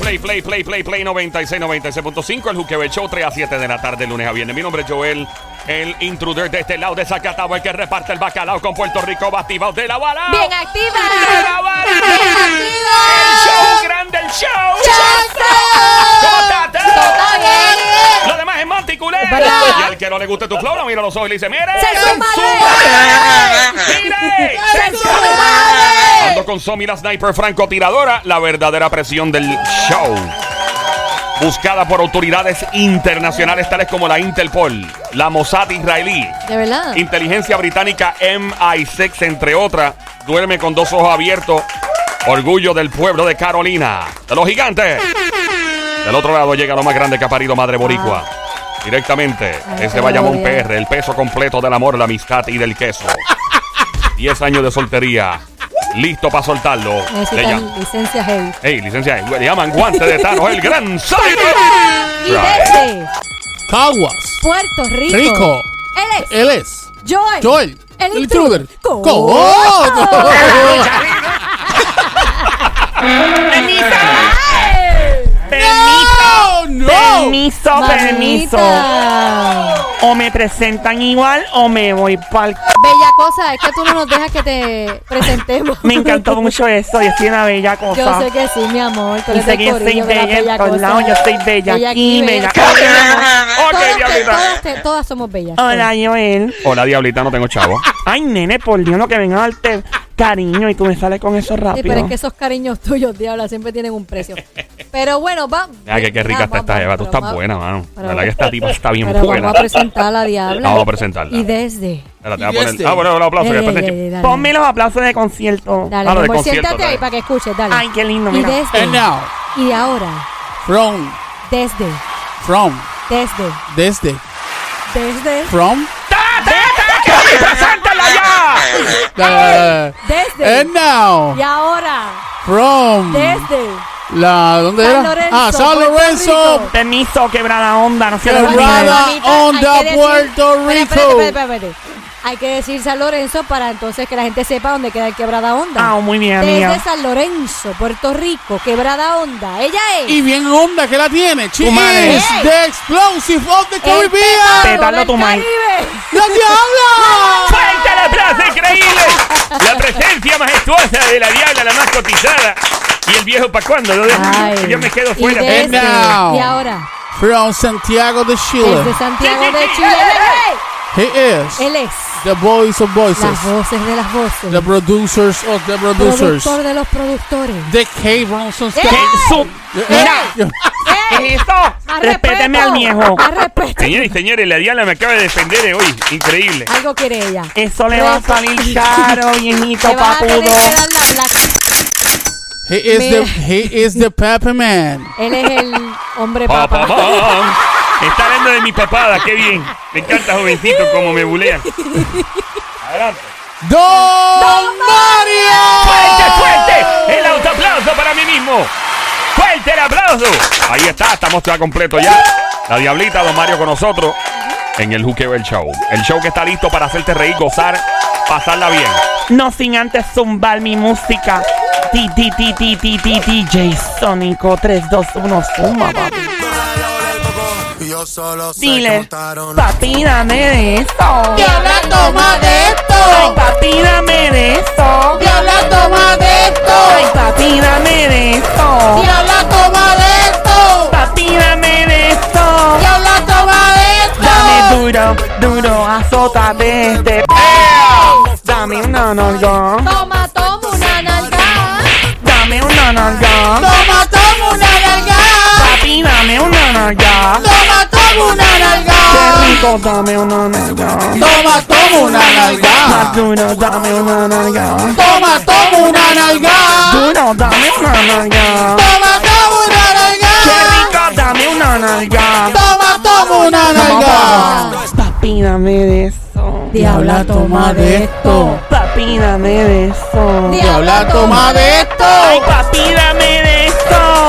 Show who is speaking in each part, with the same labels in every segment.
Speaker 1: Play, Play, Play, Play 96, 96.5. El Juqueo el Show, 3 a 7 de la tarde, lunes a viernes. Mi nombre es Joel, el intruder de este lado de Zacatau, el que reparte el bacalao con Puerto Rico, batibao de la bala.
Speaker 2: Bien activa.
Speaker 1: De la bala.
Speaker 2: Bien activa.
Speaker 1: El show grande, el show.
Speaker 2: Chazo.
Speaker 1: ¿Cómo estás, Teo?
Speaker 2: Todo bien.
Speaker 1: Lo demás es manticulé.
Speaker 2: verdad.
Speaker 1: Y al que no le guste tu flow, lo mira a los ojos y le dice, mire.
Speaker 2: ¡Se suma!
Speaker 1: ¡Mire!
Speaker 2: ¡Se suma!
Speaker 1: Ando con Somi la sniper francotiradora, la verdadera presión del show. Buscada por autoridades internacionales tales como la Interpol, la Mossad israelí,
Speaker 2: De verdad.
Speaker 1: inteligencia británica MI6, entre otras. Duerme con dos ojos abiertos. Orgullo del pueblo de Carolina, de los gigantes. Del otro lado llega lo más grande que ha parido Madre Boricua. Directamente desde
Speaker 2: qué
Speaker 1: Bayamón
Speaker 2: gloria.
Speaker 1: PR, el peso completo del amor, la amistad y del queso. 10 años de soltería. Listo para soltarlo. Le llaman.
Speaker 2: Necesitan licencia heavy.
Speaker 1: Ey, licencia, le llaman guante de Thanos, el gran
Speaker 2: Y
Speaker 1: Cyber.
Speaker 2: desde
Speaker 3: Caguas.
Speaker 2: Puerto Rico.
Speaker 3: Rico.
Speaker 2: Él es
Speaker 3: Él es.
Speaker 2: Joel.
Speaker 3: Joel.
Speaker 2: El,
Speaker 3: El
Speaker 2: intruder.
Speaker 3: intruder.
Speaker 2: Co-
Speaker 3: Co- ¡No! ¡No!
Speaker 4: Permiso, permiso.
Speaker 2: Mamita.
Speaker 4: O me presentan igual o me voy pa'l... c-
Speaker 2: Bella cosa, es que tú no nos dejas que te presentemos.
Speaker 4: Me encantó mucho eso. Yo soy una bella cosa.
Speaker 2: Yo sé que sí, mi amor. Tú
Speaker 4: Y
Speaker 2: eres
Speaker 4: sé
Speaker 2: del
Speaker 4: que soy
Speaker 2: corillo de la
Speaker 4: bella en
Speaker 2: bella
Speaker 4: todos
Speaker 2: cosa.
Speaker 4: lados, yo soy bella aquí, bella acá.
Speaker 2: Todas
Speaker 1: Ok,
Speaker 2: te- todas
Speaker 1: diablita.
Speaker 2: te- Todas somos bellas.
Speaker 4: Hola, Joel.
Speaker 1: Hola, diablita, no tengo chavo.
Speaker 4: Ay, nene, por Dios, no que vengan a darte cariño y tú me sales con eso
Speaker 2: Sí,
Speaker 4: rápido.
Speaker 2: pero es que esos cariños tuyos, diabla, siempre tienen un precio. Pero bueno, va.
Speaker 1: Mira que Ah, qué rica está
Speaker 2: vamos,
Speaker 1: esta Eva. Tú
Speaker 2: pero
Speaker 1: estás
Speaker 2: va-
Speaker 1: buena, mano. La
Speaker 2: pero-
Speaker 1: verdad que esta tipa está bien
Speaker 2: Pero
Speaker 1: buena.
Speaker 2: vamos a presentar a la diabla.
Speaker 1: Vamos a presentarla.
Speaker 2: Y desde.
Speaker 1: Espérate, voy a
Speaker 3: Y
Speaker 1: poner-
Speaker 3: este.
Speaker 1: Ah, bueno, los aplausos.
Speaker 2: Ey,
Speaker 1: que después
Speaker 2: ey,
Speaker 1: te-
Speaker 2: ey, dale.
Speaker 4: Ponme los aplausos de concierto.
Speaker 2: Dale,
Speaker 1: Ah, lo
Speaker 2: mi
Speaker 1: de
Speaker 2: amor,
Speaker 1: concierto,
Speaker 2: siéntate ahí
Speaker 1: dale.
Speaker 2: para que escuches, dale.
Speaker 4: Ay, qué lindo,
Speaker 2: y
Speaker 4: mira.
Speaker 2: desde.
Speaker 3: And now,
Speaker 2: Y ahora,
Speaker 3: from,
Speaker 2: desde,
Speaker 3: from,
Speaker 2: desde,
Speaker 3: desde,
Speaker 2: desde,
Speaker 3: from.
Speaker 1: ¡Ta, ta, ta! ¡Cami, preséntala ya!
Speaker 3: la-
Speaker 2: desde.
Speaker 3: And now,
Speaker 2: Y ahora,
Speaker 3: from.
Speaker 2: desde.
Speaker 3: La, ¿dónde
Speaker 2: San
Speaker 3: era?
Speaker 2: Lorenzo,
Speaker 3: ah, San
Speaker 2: Puerto
Speaker 3: Lorenzo.
Speaker 2: Rico.
Speaker 4: Permiso, quebrada onda. No se
Speaker 3: Quebrada
Speaker 4: olvide.
Speaker 3: Rada Onda,
Speaker 2: hay que decir-
Speaker 3: Puerto
Speaker 2: Espera,
Speaker 3: Rico.
Speaker 2: espérate, espérate, espérate. Hay que decir San Lorenzo para entonces que la gente sepa dónde queda el Quebrada Onda.
Speaker 4: Ah, muy bien,
Speaker 2: Desde
Speaker 4: amiga.
Speaker 2: San Lorenzo, Puerto Rico, Quebrada Onda. Ella es.
Speaker 3: Y bien onda que la tiene. She
Speaker 4: madre.
Speaker 3: is the explosive of the
Speaker 2: el
Speaker 3: Caribbean.
Speaker 2: petardo
Speaker 4: Petardo
Speaker 2: del
Speaker 4: tu madre.
Speaker 2: Caribe.
Speaker 3: ¡La diabla!
Speaker 1: ¡Fuerte el aplauso increíble! La presencia majestuosa de la diabla, la más cotizada. Y el viejo pa' cuando, yo,
Speaker 2: Ay.
Speaker 1: yo me quedo
Speaker 2: Y
Speaker 1: fuera.
Speaker 2: desde-
Speaker 3: And now.
Speaker 2: Y ahora,
Speaker 3: From Santiago de Chile.
Speaker 2: desde Santiago
Speaker 1: Sí, sí,
Speaker 2: de
Speaker 1: sí.
Speaker 2: Chile,
Speaker 3: He is
Speaker 2: él es. Él es
Speaker 3: the voice of
Speaker 2: las
Speaker 3: voices.
Speaker 2: voces de las voces.
Speaker 3: The producers of the producers.
Speaker 2: productor de los productores.
Speaker 3: The K. Bronson
Speaker 2: Eh.
Speaker 4: ¿Qué?
Speaker 3: Scott.
Speaker 4: Su- Mira,
Speaker 3: Yo-
Speaker 4: ¿qué es eso?
Speaker 2: Más
Speaker 4: Respéteme
Speaker 2: respeto,
Speaker 4: al viejo.
Speaker 2: más respeto.
Speaker 1: Señores y señores, la diabla me acaba de defender eh, hoy. Increíble.
Speaker 2: Algo quiere ella.
Speaker 4: Eso le va a
Speaker 2: Respeto.
Speaker 4: salir caro, viejito
Speaker 2: Le vas a tener que
Speaker 4: papudo.
Speaker 2: dar la placa.
Speaker 3: He is
Speaker 2: Mira.
Speaker 3: the he is the Pepper Man.
Speaker 2: Él es el hombre
Speaker 1: Papá,
Speaker 2: papá.
Speaker 1: mam. Está hablando de mi papada, qué bien. Me encanta, jovencito, como me bulean. Adelante.
Speaker 3: Don,
Speaker 1: ¡Fuerte,
Speaker 3: Mario.
Speaker 1: fuerte! ¡El autoaplauso para mí mismo! ¡Fuerte el aplauso! Ahí está, estamos ya completo ya. La Diablita, Don Mario con nosotros en el Juqueo El Show. El show que está listo para hacerte reír, gozar, pasarla bien.
Speaker 4: No sin antes zumbar mi música. Ti, ti, ti, ti, ti, ti, DJ Sónico 321, zumba, papi.
Speaker 5: Y yo solo sé que
Speaker 4: Dile,
Speaker 5: montaron
Speaker 4: papi, dame de eso.
Speaker 3: Diabla toma de
Speaker 4: Ay,
Speaker 3: esto.
Speaker 4: papi, dame de eso.
Speaker 3: Diabla toma de
Speaker 4: Ay,
Speaker 3: esto.
Speaker 4: papi, dame de eso.
Speaker 3: Diabla toma de esto.
Speaker 4: Papi, dame de eso.
Speaker 3: Diabla toma de
Speaker 4: Dame
Speaker 3: esto.
Speaker 4: duro, duro, azótate este. p- Dame un nalgón.
Speaker 2: Toma, toma una nalga.
Speaker 4: Dame un nalgón.
Speaker 3: Toma toma una nalga.
Speaker 4: Papi, dame un nalgón.
Speaker 3: Toma toma una
Speaker 4: Qué
Speaker 3: nalga.
Speaker 4: rico, dame una nalga.
Speaker 3: Toma toma una
Speaker 4: Más
Speaker 3: nalga.
Speaker 4: duro, dame una nalga.
Speaker 3: Toma toma una nalga.
Speaker 4: Duro, dame una nalga.
Speaker 3: Toma toma una
Speaker 4: Qué
Speaker 3: nalga.
Speaker 4: rico, dame una nalga.
Speaker 3: Toma toma una nalga.
Speaker 4: Papi, dame de eso.
Speaker 2: Diabla, toma de esto.
Speaker 4: Papi, dame de eso.
Speaker 3: Diabla toma de
Speaker 4: Ay,
Speaker 3: esto.
Speaker 4: papi, dame de eso.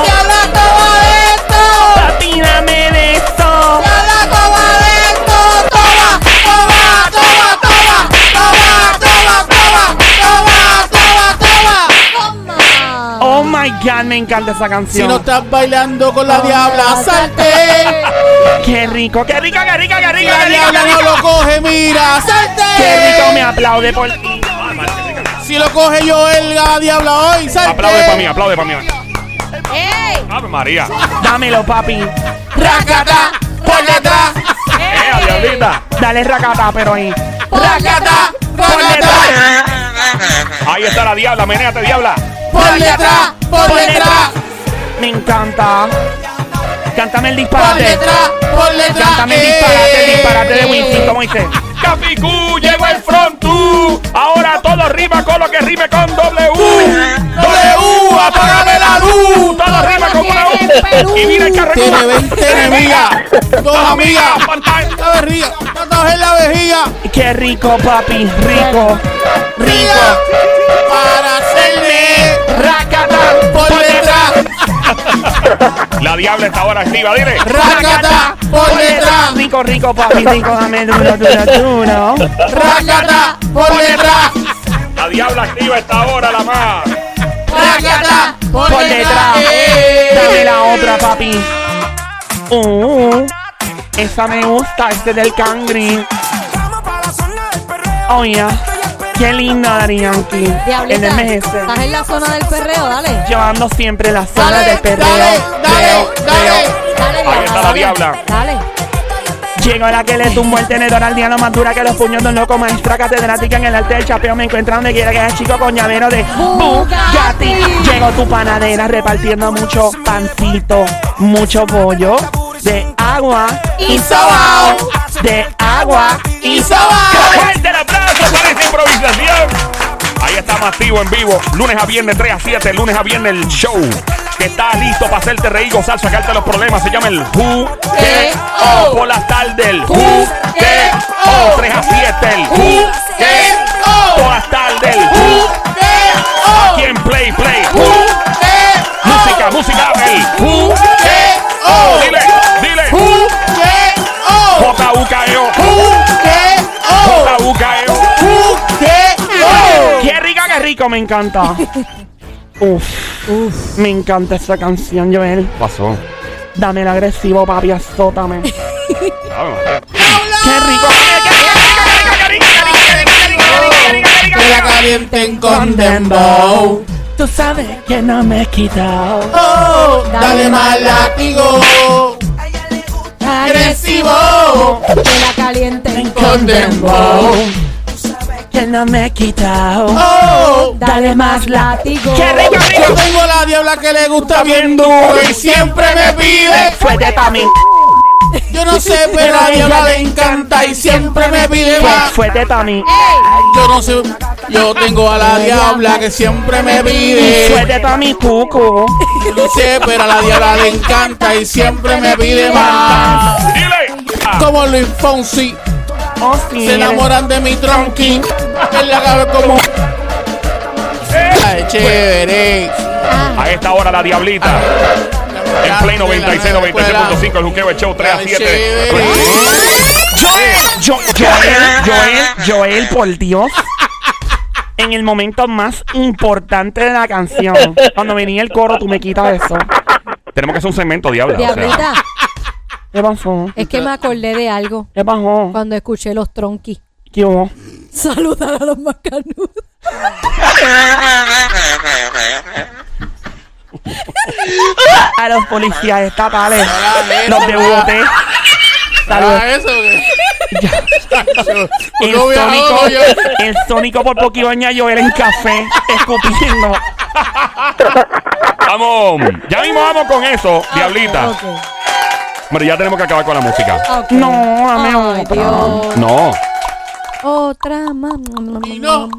Speaker 3: Diabla toma de esto.
Speaker 4: Papi, dame de eso.
Speaker 3: Diabla toma de esto, toma, toma, toma, toma, toma, toma, toma, toma, toma, toma.
Speaker 2: Toma.
Speaker 4: Oh my God, me encanta esa
Speaker 3: Si
Speaker 4: canción.
Speaker 3: no estás bailando con la diabla, salte.
Speaker 4: Qué rico, qué rico, qué rico, qué rico,
Speaker 3: La
Speaker 4: qué rico,
Speaker 3: diabla
Speaker 4: qué
Speaker 3: no
Speaker 4: rico.
Speaker 3: lo coge, mira, salte.
Speaker 4: Qué
Speaker 3: Eh.
Speaker 4: rico, me aplaude por ti.
Speaker 3: Si lo coge yo, el la diabla hoy, salte.
Speaker 1: Aplaude para mí, aplaude para mí.
Speaker 2: ¡Ey!
Speaker 1: Ave María.
Speaker 4: Dámelo, papi.
Speaker 3: Racata, por detrás.
Speaker 1: ¡Eh, diablita!
Speaker 4: Dale racata, pero ahí.
Speaker 3: Racata, por detrás.
Speaker 4: Ponle-
Speaker 1: Ahí está la diabla, menéate, diabla.
Speaker 3: Por detrás, por detrás.
Speaker 4: Me encanta. Cántame el
Speaker 3: Por
Speaker 4: disparate.
Speaker 3: detrás, por detrás.
Speaker 4: Cántame el disparate, el disparate de
Speaker 3: Eh.
Speaker 4: Winston, ¿cómo dice?
Speaker 1: Capicú, llegó el front two. Ahora todo rima con lo que rime con W.
Speaker 3: W, apágame la luz.
Speaker 1: Todo rima con una U. Y mira el carro en
Speaker 3: Tiene
Speaker 1: una.
Speaker 3: 20 enemigas, dos amigas.
Speaker 1: pantalla.
Speaker 3: La vejiga, tatuaje en la vejiga.
Speaker 4: Qué rico, papi, rico.
Speaker 3: Riga, para hacerme
Speaker 4: Racata.
Speaker 3: por detrás.
Speaker 1: La diabla está ahora activa, dile.
Speaker 3: Racata, por detrás.
Speaker 4: Rico, rico, papi, rico, dame duro, duro, duro.
Speaker 3: Racata, por detrás.
Speaker 1: La diabla activa está ahora, la más.
Speaker 3: Racata, por
Speaker 4: Por
Speaker 3: detrás.
Speaker 4: detrás.
Speaker 3: Eh.
Speaker 4: Dame la otra, papi. Uh, esa me gusta, este del cangri. Oh, yeah. Qué linda, Darianki. En
Speaker 2: Diablita, estás
Speaker 4: MGC.
Speaker 2: en la zona del perreo, dale.
Speaker 4: Yo ando siempre en la sala
Speaker 3: Dale,
Speaker 4: de perreo.
Speaker 3: dale, dale,
Speaker 4: Leo,
Speaker 3: dale.
Speaker 4: Leo.
Speaker 2: Dale,
Speaker 1: Ahí está la diabla.
Speaker 2: Dale.
Speaker 4: Llegó la que le tumbó el tenedor al diablo más dura que los puños de un loco maestra catedrática en el arte del chapeo. Me encuentra donde quiera que haya chico con llavero de Bugatti.
Speaker 2: Bugatti.
Speaker 4: Llegó tu panadera repartiendo mucho pancito, mucho pollo, de agua
Speaker 2: Y sobao.
Speaker 4: De agua y
Speaker 1: ¡Qué
Speaker 4: sobao.
Speaker 1: fuerte el aplauso para esta improvisación! Ahí estamos activo en vivo, lunes a viernes 3 a 7, lunes a viernes el show que está listo para hacerte reír, gozar, sacarte los problemas. Se llama el Juteo. Por las tardes, el Juteo. 3 a 7, el Juteo. Por las tardes, el Juteo. Aquí en Play Play. Música, música, el Juteo. Dile, dile.
Speaker 3: Jugueo,
Speaker 1: J-U-K-E-O.
Speaker 3: jugueo,
Speaker 1: J-U-K-E-O.
Speaker 3: jugueo.
Speaker 4: Qué rico, qué rico, me encanta. Uf, me encanta esa canción, Joel.
Speaker 1: Pasó.
Speaker 4: Dame el agresivo, papi, azótame. qué rico.
Speaker 3: Que la calienten con dembow.
Speaker 4: Tú sabes que no me he quitado.
Speaker 3: Oh, dale más látigo. Agresivo.
Speaker 2: Que la calienten
Speaker 3: Con dembow.
Speaker 4: Que no me he quitado.
Speaker 3: Oh,
Speaker 2: Dale más látigo.
Speaker 4: ¡Qué rico,
Speaker 3: yo
Speaker 4: rico!
Speaker 3: tengo la diabla que le gusta bien duro y siempre me pide.
Speaker 4: Fuerte también.
Speaker 3: Yo no sé, pero a la diabla le encanta y siempre me pide más.
Speaker 4: Fuerte también.
Speaker 3: Yo no sé, yo tengo a la diabla que siempre me pide.
Speaker 4: Fuerte también, cucu.
Speaker 3: Yo no sé, pero a la diabla le encanta y siempre me pide más.
Speaker 1: Dile. Ah.
Speaker 3: Como Luis Fonsi,
Speaker 4: Oh, sí.
Speaker 3: se enamoran de mi tronqui. Él la cabeza como. Ay, chévere.
Speaker 1: A esta hora la diablita. En Play 96, 97.5, el juqueo, el show 3 a
Speaker 3: Ay,
Speaker 1: 7.
Speaker 3: chévere.
Speaker 4: Joel, Jo- Joel, Joel, Joel, por Dios. En el momento más importante de la canción. Cuando venía el coro, tú me quitas eso.
Speaker 1: Tenemos que hacer un segmento, diabla. o sea.
Speaker 2: Diablita,
Speaker 4: ¿Qué pasó?
Speaker 2: es que me acordé de algo
Speaker 4: ¿Qué pasó?
Speaker 2: cuando escuché los tronquis.
Speaker 4: ¿Qué hubo?
Speaker 2: Saludar a los macanudos.
Speaker 4: A los policías estatales.
Speaker 3: Ah,
Speaker 4: Los de UOT. Saludos.
Speaker 3: Ah, eso.
Speaker 4: El
Speaker 3: Yo voy a-
Speaker 4: sónico,
Speaker 3: yo-
Speaker 4: el sónico por poco iba a añadir Joel en café, escupiendo.
Speaker 1: Vamos. Ya mismo vamos con eso, diablita.
Speaker 2: Ok,
Speaker 1: Hombre, ya tenemos que acabar con la música.
Speaker 2: ok.
Speaker 4: No, dame
Speaker 2: Ay,
Speaker 4: otra.
Speaker 2: Dios.
Speaker 1: No.
Speaker 2: Otra mamá.
Speaker 3: Y no.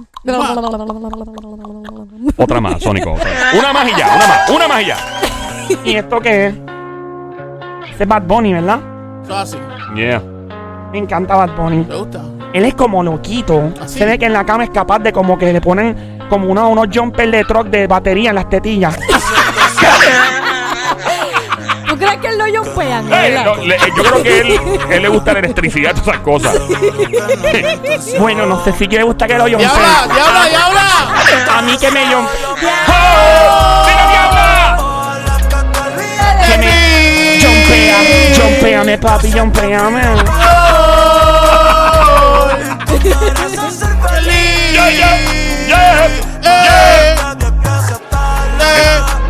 Speaker 1: Otra más, Sónico. otra. Una más y ya, una más, una más y ya.
Speaker 4: ¿Y esto qué es? Ese es Bad Bunny, ¿verdad?
Speaker 3: Eso así.
Speaker 1: Yeah.
Speaker 4: Me encanta Bad Bunny.
Speaker 3: ¿Te gusta?
Speaker 4: Él es como loquito.
Speaker 3: ¿Ah, sí?
Speaker 4: Se ve que en la cama es capaz de como que le ponen como uno- unos jumpers de truck de batería en las tetillas.
Speaker 2: ¿Tú crees que él lo yompean?
Speaker 1: Eh,
Speaker 2: ¿verdad?
Speaker 1: no, le- eh, yo creo que él, él le gusta la electricidad, todas esas cosas.
Speaker 4: bueno, no sé si le gusta que lo jumpeen.
Speaker 3: ¡Diabla, diabla, diabla!
Speaker 4: A mí que me jump.
Speaker 1: ¡Dile, diabla!
Speaker 4: Dale, papi, jumpeame.
Speaker 1: Yeah, yeah, yeah, yeah.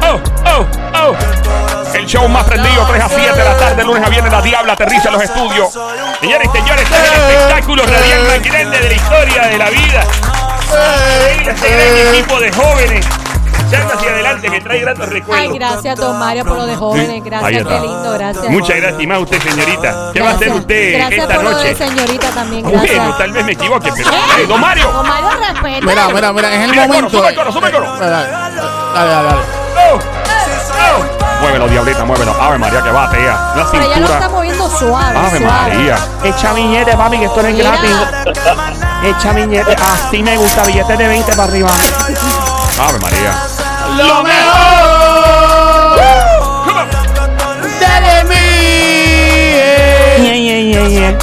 Speaker 1: Oh, oh, oh. El show más prendido, 3 a 7 de la tarde, lunes a viernes, la Diabla aterriza en los estudios. Señores y señores, este es el espectáculo radial más grande de la historia de la vida. Este gran equipo de jóvenes. Echando hacia adelante, me trae gratos
Speaker 2: Ay,
Speaker 1: recuerdos.
Speaker 2: gracias, don Mario, por lo de jóvenes.
Speaker 1: Ahí
Speaker 2: Gracias,
Speaker 1: está.
Speaker 2: qué lindo, gracias.
Speaker 1: Muchas gracias, y más a usted, señorita. ¿Qué va a
Speaker 2: Gracias.
Speaker 1: hacer usted
Speaker 2: Gracias
Speaker 1: esta
Speaker 2: por lo de
Speaker 1: noche?
Speaker 2: señorita también, gracias.
Speaker 1: Bueno, tal vez me equivoque, pero. ¡Ey, don Mario!
Speaker 2: Don Mario, respeta.
Speaker 3: Mira, mira, mira, es el
Speaker 1: Mira el coro,
Speaker 3: momento.
Speaker 1: sube el coro, sube el coro.
Speaker 3: Dale, dale, dale, dale.
Speaker 1: ¡Oh! ¡Oh! Muévelo, diablita, muévelo. Ave María, que batea. La
Speaker 2: Pero ella lo está
Speaker 1: cintura.
Speaker 2: moviendo suave,
Speaker 1: Ave
Speaker 2: suave.
Speaker 1: María.
Speaker 4: Echa billete, papi, que esto no es
Speaker 2: Mira.
Speaker 4: gratis. Echa billete. Así me gusta, billetes de 20 para arriba.
Speaker 1: Ave María.
Speaker 3: Lo mejor de mí.
Speaker 4: Yeah, yeah, yeah, yeah.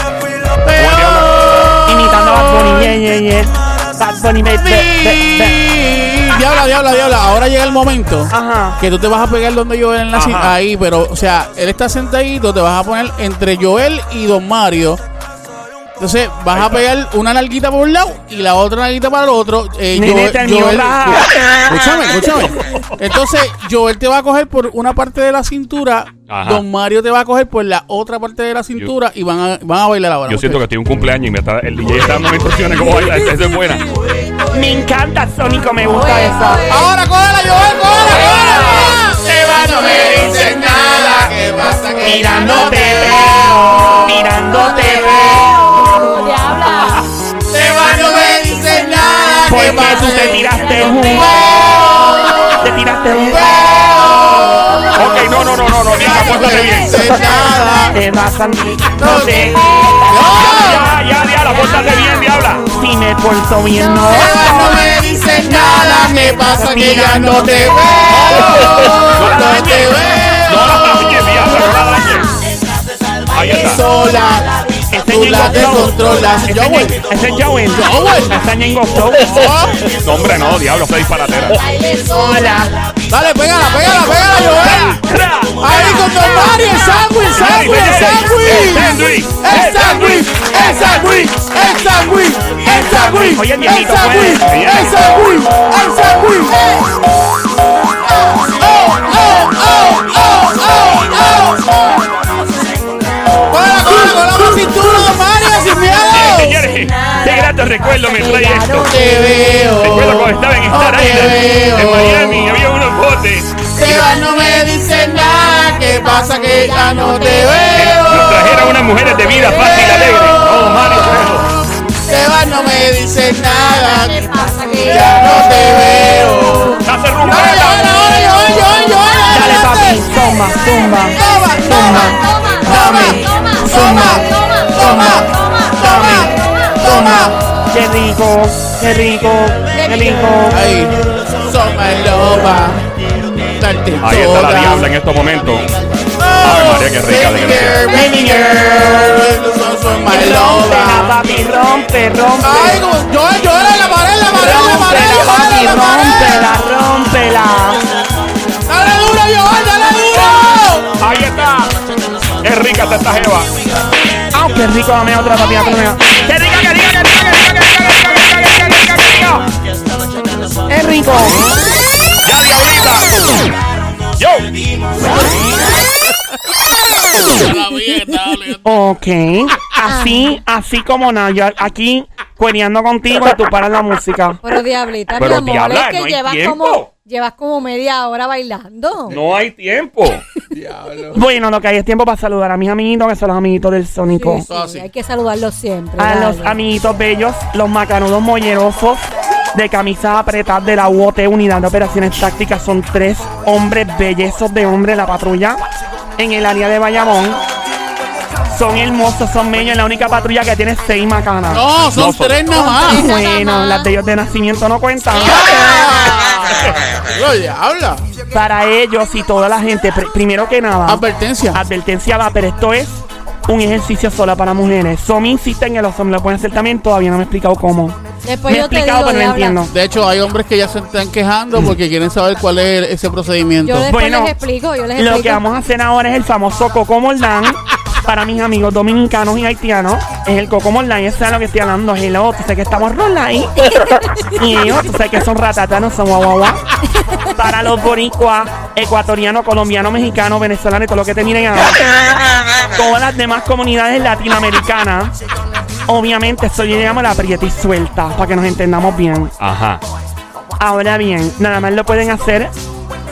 Speaker 3: Peor
Speaker 4: Imitando a Bad Bunny. Yeah, yeah, yeah. Bad Bunny, baby.
Speaker 3: de mí. Diabla, diabla, diabla. Ahora llega el momento.
Speaker 4: Ajá.
Speaker 3: Que tú te vas a pegar donde Joel en la
Speaker 1: Ajá.
Speaker 3: ci- ahí, pero, o sea, él está sentadito, te vas a poner entre Joel y Don Mario. Entonces, vas a pegar una larguita por un lado y la otra larguita para el otro. Eh,
Speaker 4: Nene,
Speaker 3: Joel-
Speaker 4: terminó
Speaker 3: Joel-
Speaker 4: la-
Speaker 3: escúchame, escúchame. Entonces, Joel te va a coger por una parte de la cintura,
Speaker 1: Ajá.
Speaker 3: Don Mario te va a coger por la otra parte de la cintura y van a, van a bailar ahora.
Speaker 1: Yo siento que estoy en un cumpleaños y me está, el DJ está dando instrucciones como baila. Esta es buena.
Speaker 4: Me encanta, Sónico, me gusta eso.
Speaker 3: Ahora cógela, Joel, cógela, cógela.
Speaker 4: Se va, no me
Speaker 3: dices nada, ¿qué pasa que
Speaker 4: Mirándote veo, mirándote veo.
Speaker 2: No te habla.
Speaker 3: Te va, no me dices nada. ¿qué
Speaker 4: Porque
Speaker 3: pasa
Speaker 4: tú te
Speaker 3: que-
Speaker 4: tiraste un Te tiraste un
Speaker 1: Ok, no, no, no, no, no. Nica, pórtate bien.
Speaker 4: Te vas a mí, no sé.
Speaker 1: Ya, ya, diabla, pórtate bien, diabla.
Speaker 4: Si me porto bien, no.
Speaker 3: No me dices nada, ¿qué pasa que ya no te veo? No te
Speaker 1: No
Speaker 3: veo
Speaker 1: la dañes, diabla, no la dañes. Ahí está.
Speaker 3: sola,
Speaker 4: Este
Speaker 3: tú la
Speaker 4: Ñengo Flow.
Speaker 3: descontrolas.
Speaker 4: Este
Speaker 3: Yo
Speaker 4: Ñe- Ese es Joel.
Speaker 3: Joel.
Speaker 4: Esta Ñengo Flow.
Speaker 1: No, hombre, no, diablo, está disparatera.
Speaker 4: Hola.
Speaker 3: Dale, pégala, pégala, pégala, Joel.
Speaker 1: ¡Ra!
Speaker 3: Ahí con Don Mario, el sándwich, sándwich, el
Speaker 1: ¡El
Speaker 3: sándwich.
Speaker 1: sándwich!
Speaker 3: El sándwich, el sándwich, el sándwich, el sándwich,
Speaker 4: Oye,
Speaker 3: el
Speaker 4: viejito,
Speaker 3: sándwich, el sándwich,
Speaker 1: pues.
Speaker 3: el sándwich. Oh, oh, oh, oh, oh, oh. Para, para, con la más cintura, Don Mario, sin miedo.
Speaker 1: Señores, qué grato recuerdo me trae esto.
Speaker 3: Te veo. pues.
Speaker 1: Recuerdo cuando estaba en Star
Speaker 3: No te
Speaker 1: Island, en
Speaker 3: veo.
Speaker 1: Miami, había unos botes.
Speaker 3: Te vas, no me dices nada. ¿Qué pasa que ya no te veo?
Speaker 1: Nos trajeron unas mujeres de vida fácil y alegre. Oh, Mario, bueno.
Speaker 3: Te vas, no me dices nada.
Speaker 2: ¿Qué
Speaker 3: que
Speaker 2: pasa? que
Speaker 3: Ya no te veo.
Speaker 1: ¡Hace
Speaker 3: Dale,
Speaker 1: rumbeta!
Speaker 3: dale, dale, Joel, Joel, Joel,
Speaker 4: Dale, papi.
Speaker 3: adelante.
Speaker 4: Toma, tumba.
Speaker 3: Toma, toma,
Speaker 2: Toma,
Speaker 3: toma,
Speaker 2: toma,
Speaker 3: toma, toma,
Speaker 2: toma,
Speaker 3: toma, toma.
Speaker 4: Qué rico, qué rico, qué rico.
Speaker 3: Ay, toma loba. Darte
Speaker 1: Ahí está la
Speaker 3: toda.
Speaker 1: diabla en estos momentos.
Speaker 3: Oh,
Speaker 1: Ay, María, qué rica,
Speaker 3: Baby
Speaker 1: desgraciada.
Speaker 3: girl, baby girl, son my
Speaker 4: Rómpela,
Speaker 3: loba.
Speaker 4: papi, rompe, rompe.
Speaker 3: Ay, como Joel, Joel, en la pared, en la pared, en la pared,
Speaker 4: Rómpela,
Speaker 3: en la pared,
Speaker 4: papi,
Speaker 3: en la pared.
Speaker 4: rómpela, rómpela.
Speaker 3: Dale duro, Joel, dale duro.
Speaker 1: Ahí está. Es rica esta, esta jeva.
Speaker 4: ¡Ah, qué rico! Dame otra papilla, pero venga. ¡Qué rico, qué rico, qué rico, qué rico, qué rico, qué rico, qué rico, qué rico, qué rico! ¡Es rico!
Speaker 1: ¡Ya, diablita! ¡Yo!
Speaker 4: Ok. Así,
Speaker 2: Ah.
Speaker 4: así como nada. Yo aquí cueneando contigo y tú paras la música.
Speaker 2: Pero diablita,
Speaker 1: Pero,
Speaker 2: mi amor,
Speaker 1: diabla,
Speaker 2: es que
Speaker 1: no hay
Speaker 2: llevas
Speaker 1: tiempo.
Speaker 2: como llevas como media hora bailando.
Speaker 1: No hay tiempo.
Speaker 4: Bueno, lo que hay es tiempo para saludar a mis amiguitos, que son los amiguitos del Sónico.
Speaker 3: Ah,
Speaker 2: Sí, sí, hay que saludarlos siempre.
Speaker 4: A
Speaker 2: dale.
Speaker 4: los amiguitos bellos, los macanudos mollerosos de camisas apretadas de la UOT Unidad de Operaciones Tácticas. Son tres hombres bellezos de hombre de la patrulla en el área de Bayamón. Son hermosos, son bellos. Es la única patrulla que tiene seis macanas.
Speaker 2: Oh.
Speaker 3: No, son
Speaker 1: No, son-
Speaker 3: tres nada más.
Speaker 4: Bueno, las de ellos de nacimiento no cuentan.
Speaker 3: Lo diabla.
Speaker 4: Para ellos y toda la gente, pr- primero que nada,
Speaker 3: Advertencia.
Speaker 4: advertencia va, pero esto es un ejercicio sola para mujeres. Somi insiste en que los hombres lo pueden hacer también, todavía no me he explicado cómo.
Speaker 2: Después
Speaker 4: me he
Speaker 2: Pues yo te
Speaker 4: explicado,
Speaker 2: digo,
Speaker 4: pero no
Speaker 2: diabla.
Speaker 4: entiendo.
Speaker 3: De hecho, hay hombres que ya se están quejando porque quieren saber cuál es ese procedimiento.
Speaker 2: Yo después
Speaker 4: Bueno,
Speaker 2: les explico, yo les
Speaker 4: Lo
Speaker 2: explico.
Speaker 4: que vamos a hacer ahora es el famoso Coco Moldán. para mis amigos dominicanos y haitianos es el Cocomo Online. Ese es lo que estoy hablando. Hello, tú sabes que estamos online. y ellos, tú sabes que son ratatanos, son guaguaguá. Para los boricuas, ecuatorianos, colombianos, mexicanos, venezolanos, y todo lo que te miren ahora. Todas las demás comunidades latinoamericanas. Obviamente, eso yo le llamo la prieta y suelta, para que nos entendamos bien.
Speaker 1: Ajá.
Speaker 4: Ahora bien, nada más lo pueden hacer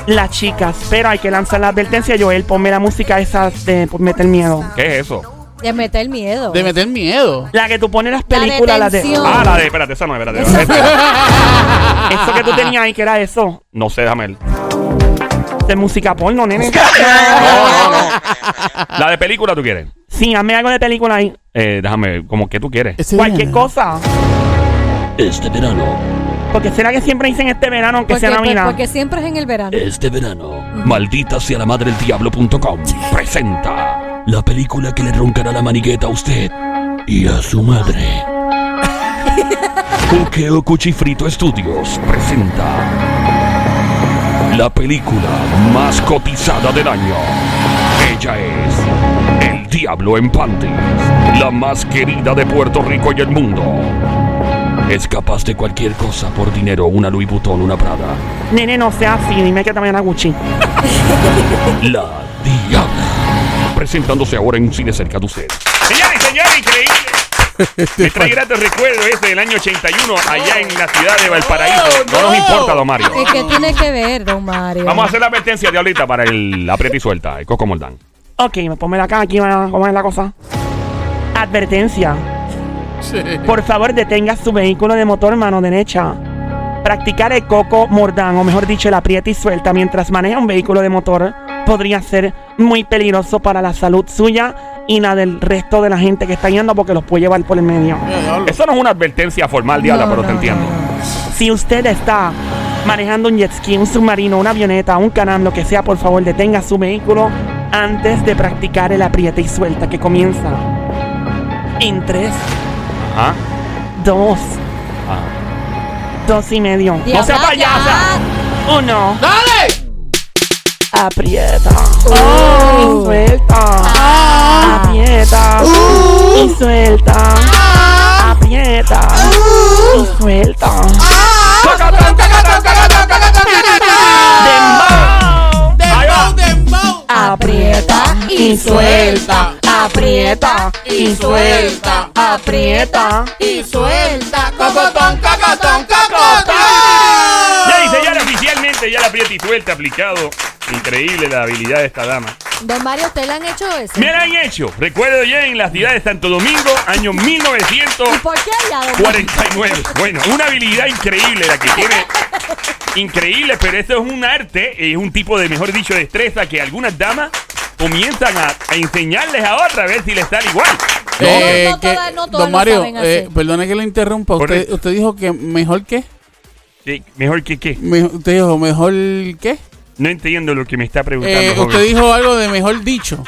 Speaker 4: las chicas, pero hay que lanzar la advertencia. Joel, ponme la música esa de pues, Mete el Miedo.
Speaker 1: ¿Qué es eso?
Speaker 2: De meter el miedo.
Speaker 3: De meter miedo.
Speaker 4: La que tú pones las películas, la de.
Speaker 2: detención.
Speaker 1: Ah, la de. Espérate, esa no es, espérate. espérate.
Speaker 3: Ah,
Speaker 4: Eso que tú tenías ahí, que era eso.
Speaker 1: No sé, déjame el.
Speaker 4: De música porno, nene.
Speaker 1: La de película tú quieres.
Speaker 4: Sí, hazme algo de película ahí.
Speaker 1: Eh, déjame, como que tú quieres.
Speaker 3: Ese
Speaker 4: Cualquier
Speaker 3: verano.
Speaker 4: cosa.
Speaker 6: Este verano,
Speaker 4: porque será que siempre dicen este verano, aunque
Speaker 2: Porque,
Speaker 4: sea
Speaker 2: pues,
Speaker 4: Navidad?
Speaker 2: porque siempre es en el verano.
Speaker 6: este verano, maldita sea la madre del diablo.com presenta la película que le roncará la manigueta a usted y a su madre. Coqueo Cuchifrito Studios presenta la película más cotizada del año. Ella es El Diablo en Panties, la más querida de Puerto Rico y el mundo. Es capaz de cualquier cosa por dinero, una Louis Vuitton, una Prada.
Speaker 4: Nene, no sea así. Dime que también era Gucci.
Speaker 6: La Diabla.
Speaker 1: Presentándose ahora en un cine cerca de usted. Señores, señores, increíble. Me trae gratos recuerdos ese del año 81 allá en la ciudad de Valparaíso. No nos importa, don Mario.
Speaker 2: Es que tiene que ver, don Mario.
Speaker 1: Vamos a hacer la advertencia de ahorita para el aprieta y suelta, el Coco Moldán.
Speaker 4: Ok, me ponme acá, aquí va, ¿cómo es la cosa? Advertencia. Por favor, detenga su vehículo de motor mano derecha. Practicar el coco mordán, o mejor dicho, el aprieta y suelta mientras maneja un vehículo de motor podría ser muy peligroso para la salud suya y la del resto de la gente que está yendo porque los puede llevar por el medio.
Speaker 1: Eso no es una advertencia formal, diabla,
Speaker 2: No,
Speaker 1: pero te
Speaker 2: no,
Speaker 1: entiendo.
Speaker 2: no, no.
Speaker 4: Si usted está manejando un jet ski, un submarino, una avioneta, un canam, lo que sea, por favor detenga su vehículo antes de practicar el apriete y suelta que comienza en 3,
Speaker 1: Ajá.
Speaker 4: 2,
Speaker 1: Ah.
Speaker 4: 2 y medio.
Speaker 2: Diabla,
Speaker 4: ¡No sea payasa! ¡Uno!
Speaker 3: ¡Dale!
Speaker 4: Aprieta. Y suelta.
Speaker 3: Ah,
Speaker 4: Aprieta. Y suelta. Ah. Aprieta. Y suelta. ¡Dembow!
Speaker 3: dembow, dembow.
Speaker 2: Aprieta y
Speaker 3: suelta.
Speaker 2: Aprieta y suelta. Aprieta y suelta.
Speaker 3: Cocotón, cocotón,
Speaker 1: Ya
Speaker 3: cocotón.
Speaker 1: dice, ya era oficialmente, ya la aprieta y suelta aplicado. Increíble la habilidad de esta dama.
Speaker 2: Don Mario, ¿usted le han hecho eso?
Speaker 1: Me la han hecho. Recuerdo ya en la ciudad de Santo Domingo, año
Speaker 2: ¿Y
Speaker 1: 1949.
Speaker 2: por qué allá, don Mario?
Speaker 1: Bueno, una habilidad increíble la que tiene. Increíble, pero esto es un arte, es un tipo de, mejor dicho, destreza que algunas damas comienzan a, a enseñarles a otras a ver si les sale igual.
Speaker 2: No, no todas, no todas
Speaker 3: don
Speaker 2: lo
Speaker 3: Mario,
Speaker 2: saben hacer.
Speaker 3: eh, perdone que lo interrumpa. Usted,
Speaker 1: Correcto.
Speaker 3: usted dijo que mejor qué?
Speaker 1: Sí, Mejor que qué.
Speaker 3: Me- usted dijo mejor qué?
Speaker 1: No entiendo lo que me está preguntando.
Speaker 3: Eh,
Speaker 1: joven.
Speaker 3: usted dijo algo de mejor dicho.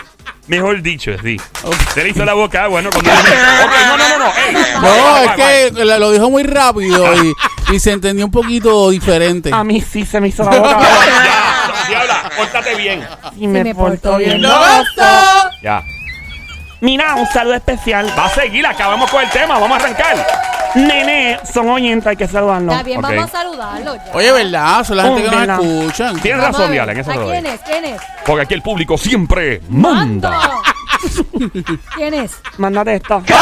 Speaker 1: Mejor dicho, sí.
Speaker 3: Ok.
Speaker 1: Se le hizo la boca agua, ¿no? Cuando dice, "Ok, no, no, no, no. ey,
Speaker 3: No,
Speaker 1: guay,
Speaker 3: es
Speaker 1: guay, guay".
Speaker 3: que la- lo dijo muy rápido y, y se entendió un poquito diferente.
Speaker 4: A mí sí se me hizo la boca.
Speaker 1: Ya,
Speaker 4: agua.
Speaker 1: ya, diabla, pórtate bien.
Speaker 4: Y me,
Speaker 2: me
Speaker 4: portó
Speaker 2: portó
Speaker 4: bien.
Speaker 2: bien.
Speaker 1: Ya.
Speaker 4: Mira, un saludo especial.
Speaker 1: Va a seguir, acabamos con el tema, vamos a arrancar.
Speaker 4: Nene, son oyentes, hay que saludarlo.
Speaker 2: Está bien,
Speaker 1: Ok.
Speaker 2: vamos a saludarlo. ya.
Speaker 3: Oye, ¿verdad? Son la gente que
Speaker 4: Hombre,
Speaker 3: nos escuchan.
Speaker 1: Tienes
Speaker 2: Vamos a
Speaker 1: razón,
Speaker 2: ver,
Speaker 1: Diabla, en eso
Speaker 2: ¿a
Speaker 1: te doy.
Speaker 2: ¿Quién es? ¿Quién es?
Speaker 1: Porque aquí el público siempre manda.
Speaker 2: ¡Ando! ¿Quién es?
Speaker 4: Mándate esto.
Speaker 1: Ya,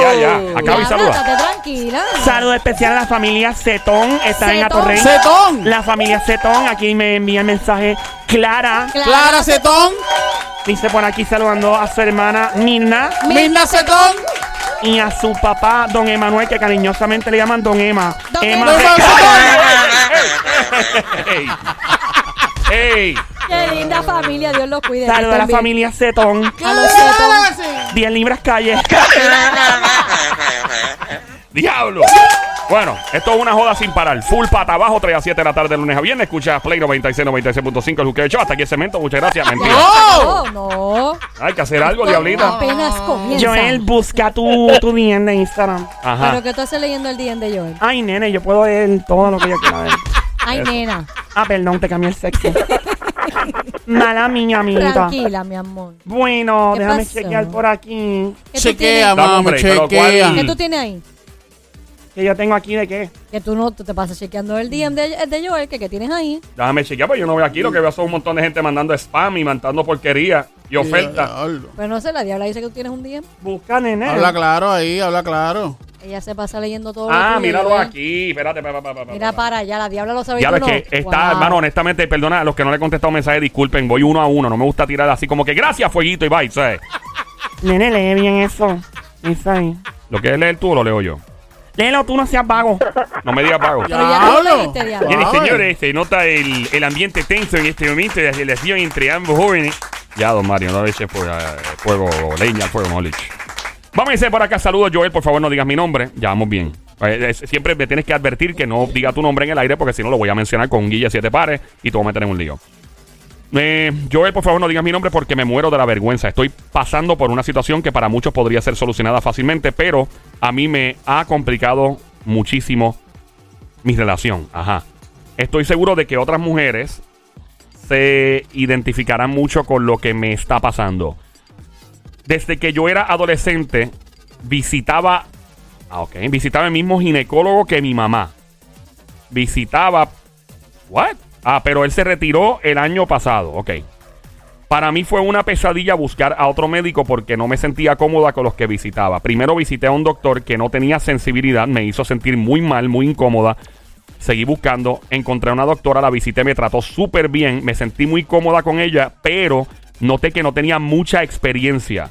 Speaker 1: ya, ya. Acaba y
Speaker 2: Diabla,
Speaker 1: saluda.
Speaker 2: estate tranquila.
Speaker 4: Saludo especial a la familia Cetón. Está en
Speaker 2: Cetón.
Speaker 4: Atorrey.
Speaker 3: ¡Cetón!
Speaker 4: La familia Cetón. Aquí me envía el mensaje Clara.
Speaker 3: ¡Clara Cetón!
Speaker 4: Dice por aquí saludando a su hermana Mirna
Speaker 3: ¡Mirna Cetón!
Speaker 4: y a su papá Don Emanuel, que cariñosamente le llaman Don Emma.
Speaker 2: Don
Speaker 4: Emma.
Speaker 2: Emma.
Speaker 3: ¡Mirna
Speaker 4: de-
Speaker 3: Cetón!
Speaker 1: Ey. Ey.
Speaker 2: Qué linda familia, Dios los cuide.
Speaker 4: Saludo a la
Speaker 2: También. Ah,
Speaker 4: familia Cetón.
Speaker 2: A los Cetón.
Speaker 4: 10 libras calle.
Speaker 1: Diablo. Bueno, esto es una joda sin parar. Full pata abajo, 3 a 7 de la tarde, lunes a viernes. Escucha Play 96, 96.5, el Juqueo Show. Hasta aquí el cemento. Muchas gracias,
Speaker 2: Ya,
Speaker 1: mentira.
Speaker 2: No, no.
Speaker 1: Hay que hacer algo, ¡Oh! diablita.
Speaker 2: Apenas comienza.
Speaker 4: Joel, busca tu, tu DM de Instagram.
Speaker 1: Ajá.
Speaker 2: Pero que tú haces leyendo el DM de Joel.
Speaker 4: Ay, nene, yo puedo ver todo lo que yo quiera ver.
Speaker 2: Ay, nena.
Speaker 4: Ah, perdón, te cambié el sexo. Mala mía, amiguita.
Speaker 2: Tranquila, mi amor.
Speaker 4: Bueno,
Speaker 2: ¿Qué
Speaker 4: déjame
Speaker 2: pasó?
Speaker 4: chequear por aquí.
Speaker 2: ¿Qué tú,
Speaker 3: Chequea,
Speaker 2: tienes,
Speaker 1: Dame un
Speaker 3: mami,
Speaker 1: break, pero
Speaker 3: chequea.
Speaker 1: ¿cuál?
Speaker 2: ¿Qué tú tienes ahí?
Speaker 4: Que yo tengo aquí de qué.
Speaker 2: Que tú no tú te pasas chequeando el DM de, de Joel, que, que tienes ahí.
Speaker 1: Déjame chequear, pues yo no veo aquí. Lo que veo son un montón de gente mandando spam y mandando porquería y oferta.
Speaker 3: Diablo.
Speaker 2: Pero no sé, la diabla dice que tú tienes un DM.
Speaker 4: Busca, nene.
Speaker 3: Habla claro ahí, habla claro.
Speaker 2: Ella se pasa leyendo todo. lo
Speaker 1: Ah,
Speaker 2: tuyo,
Speaker 1: míralo
Speaker 2: Joel.
Speaker 1: aquí. Espérate, pa, pa, pa, pa, pa,
Speaker 2: Mira
Speaker 1: pa.
Speaker 2: para allá, la diabla lo sabe. y
Speaker 1: Ya
Speaker 2: tú
Speaker 1: lo es que
Speaker 2: no.
Speaker 1: está,
Speaker 2: Wow.
Speaker 1: hermano, honestamente, perdona a los que no le he contestado mensaje, disculpen, voy uno a uno, no me gusta tirar así como que gracias, fueguito y bye, ¿sabes?
Speaker 4: Nene, lee bien eso. Eso ahí.
Speaker 1: Lo que es leer tú lo leo yo.
Speaker 4: Léelo tú, no seas vago.
Speaker 1: No me digas pago.
Speaker 2: Pero ya
Speaker 3: Diablo.
Speaker 2: tú lo leíste, diabla.
Speaker 1: Bien, y
Speaker 3: Ay.
Speaker 1: señores, se nota el, el ambiente tenso en este momento de la relación entre ambos jóvenes. Ya, don Mario, no le eches fuego, eh, fuego leña al fuego, no le eches. Vamos a decir por acá, saludos, Joel, por favor, no digas mi nombre. Ya vamos bien. Eh, eh, siempre me tienes que advertir que no diga tu nombre en el aire porque si no lo voy a mencionar con Guilla Siete Pares y tú vas a meter en un lío. Eh, Joel, por favor, no digas mi nombre porque me muero de la vergüenza. Estoy pasando por una situación que para muchos podría ser solucionada fácilmente, pero a mí me ha complicado muchísimo mi relación. Ajá. Estoy seguro de que otras mujeres se identificarán mucho con lo que me está pasando. Desde que yo era adolescente, visitaba. Ah, ok. Visitaba el mismo ginecólogo que mi mamá. Visitaba. ¿What? Ah, pero él se retiró el año pasado. Ok. Para mí fue una pesadilla buscar a otro médico porque no me sentía cómoda con los que visitaba. Primero visité a un doctor que no tenía sensibilidad, me hizo sentir muy mal, muy incómoda. Seguí buscando, encontré a una doctora, la visité, me trató súper bien, me sentí muy cómoda con ella, pero noté que no tenía mucha experiencia.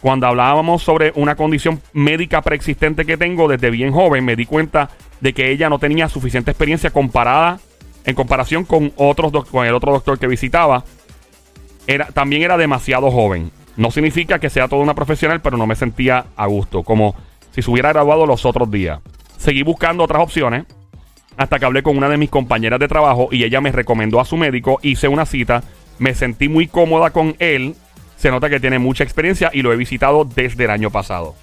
Speaker 1: Cuando hablábamos sobre una condición médica preexistente que tengo desde bien joven, me di cuenta de que ella no tenía suficiente experiencia comparada en comparación con otros doc- con el otro doctor que visitaba era, también era demasiado joven. No significa que sea toda una profesional, pero no me sentía a gusto, como si se hubiera graduado los otros días. Seguí buscando otras opciones hasta que hablé con una de mis compañeras de trabajo y ella me recomendó a su médico, hice una cita, me sentí muy cómoda con él, se nota que tiene mucha experiencia y lo he visitado desde el año pasado.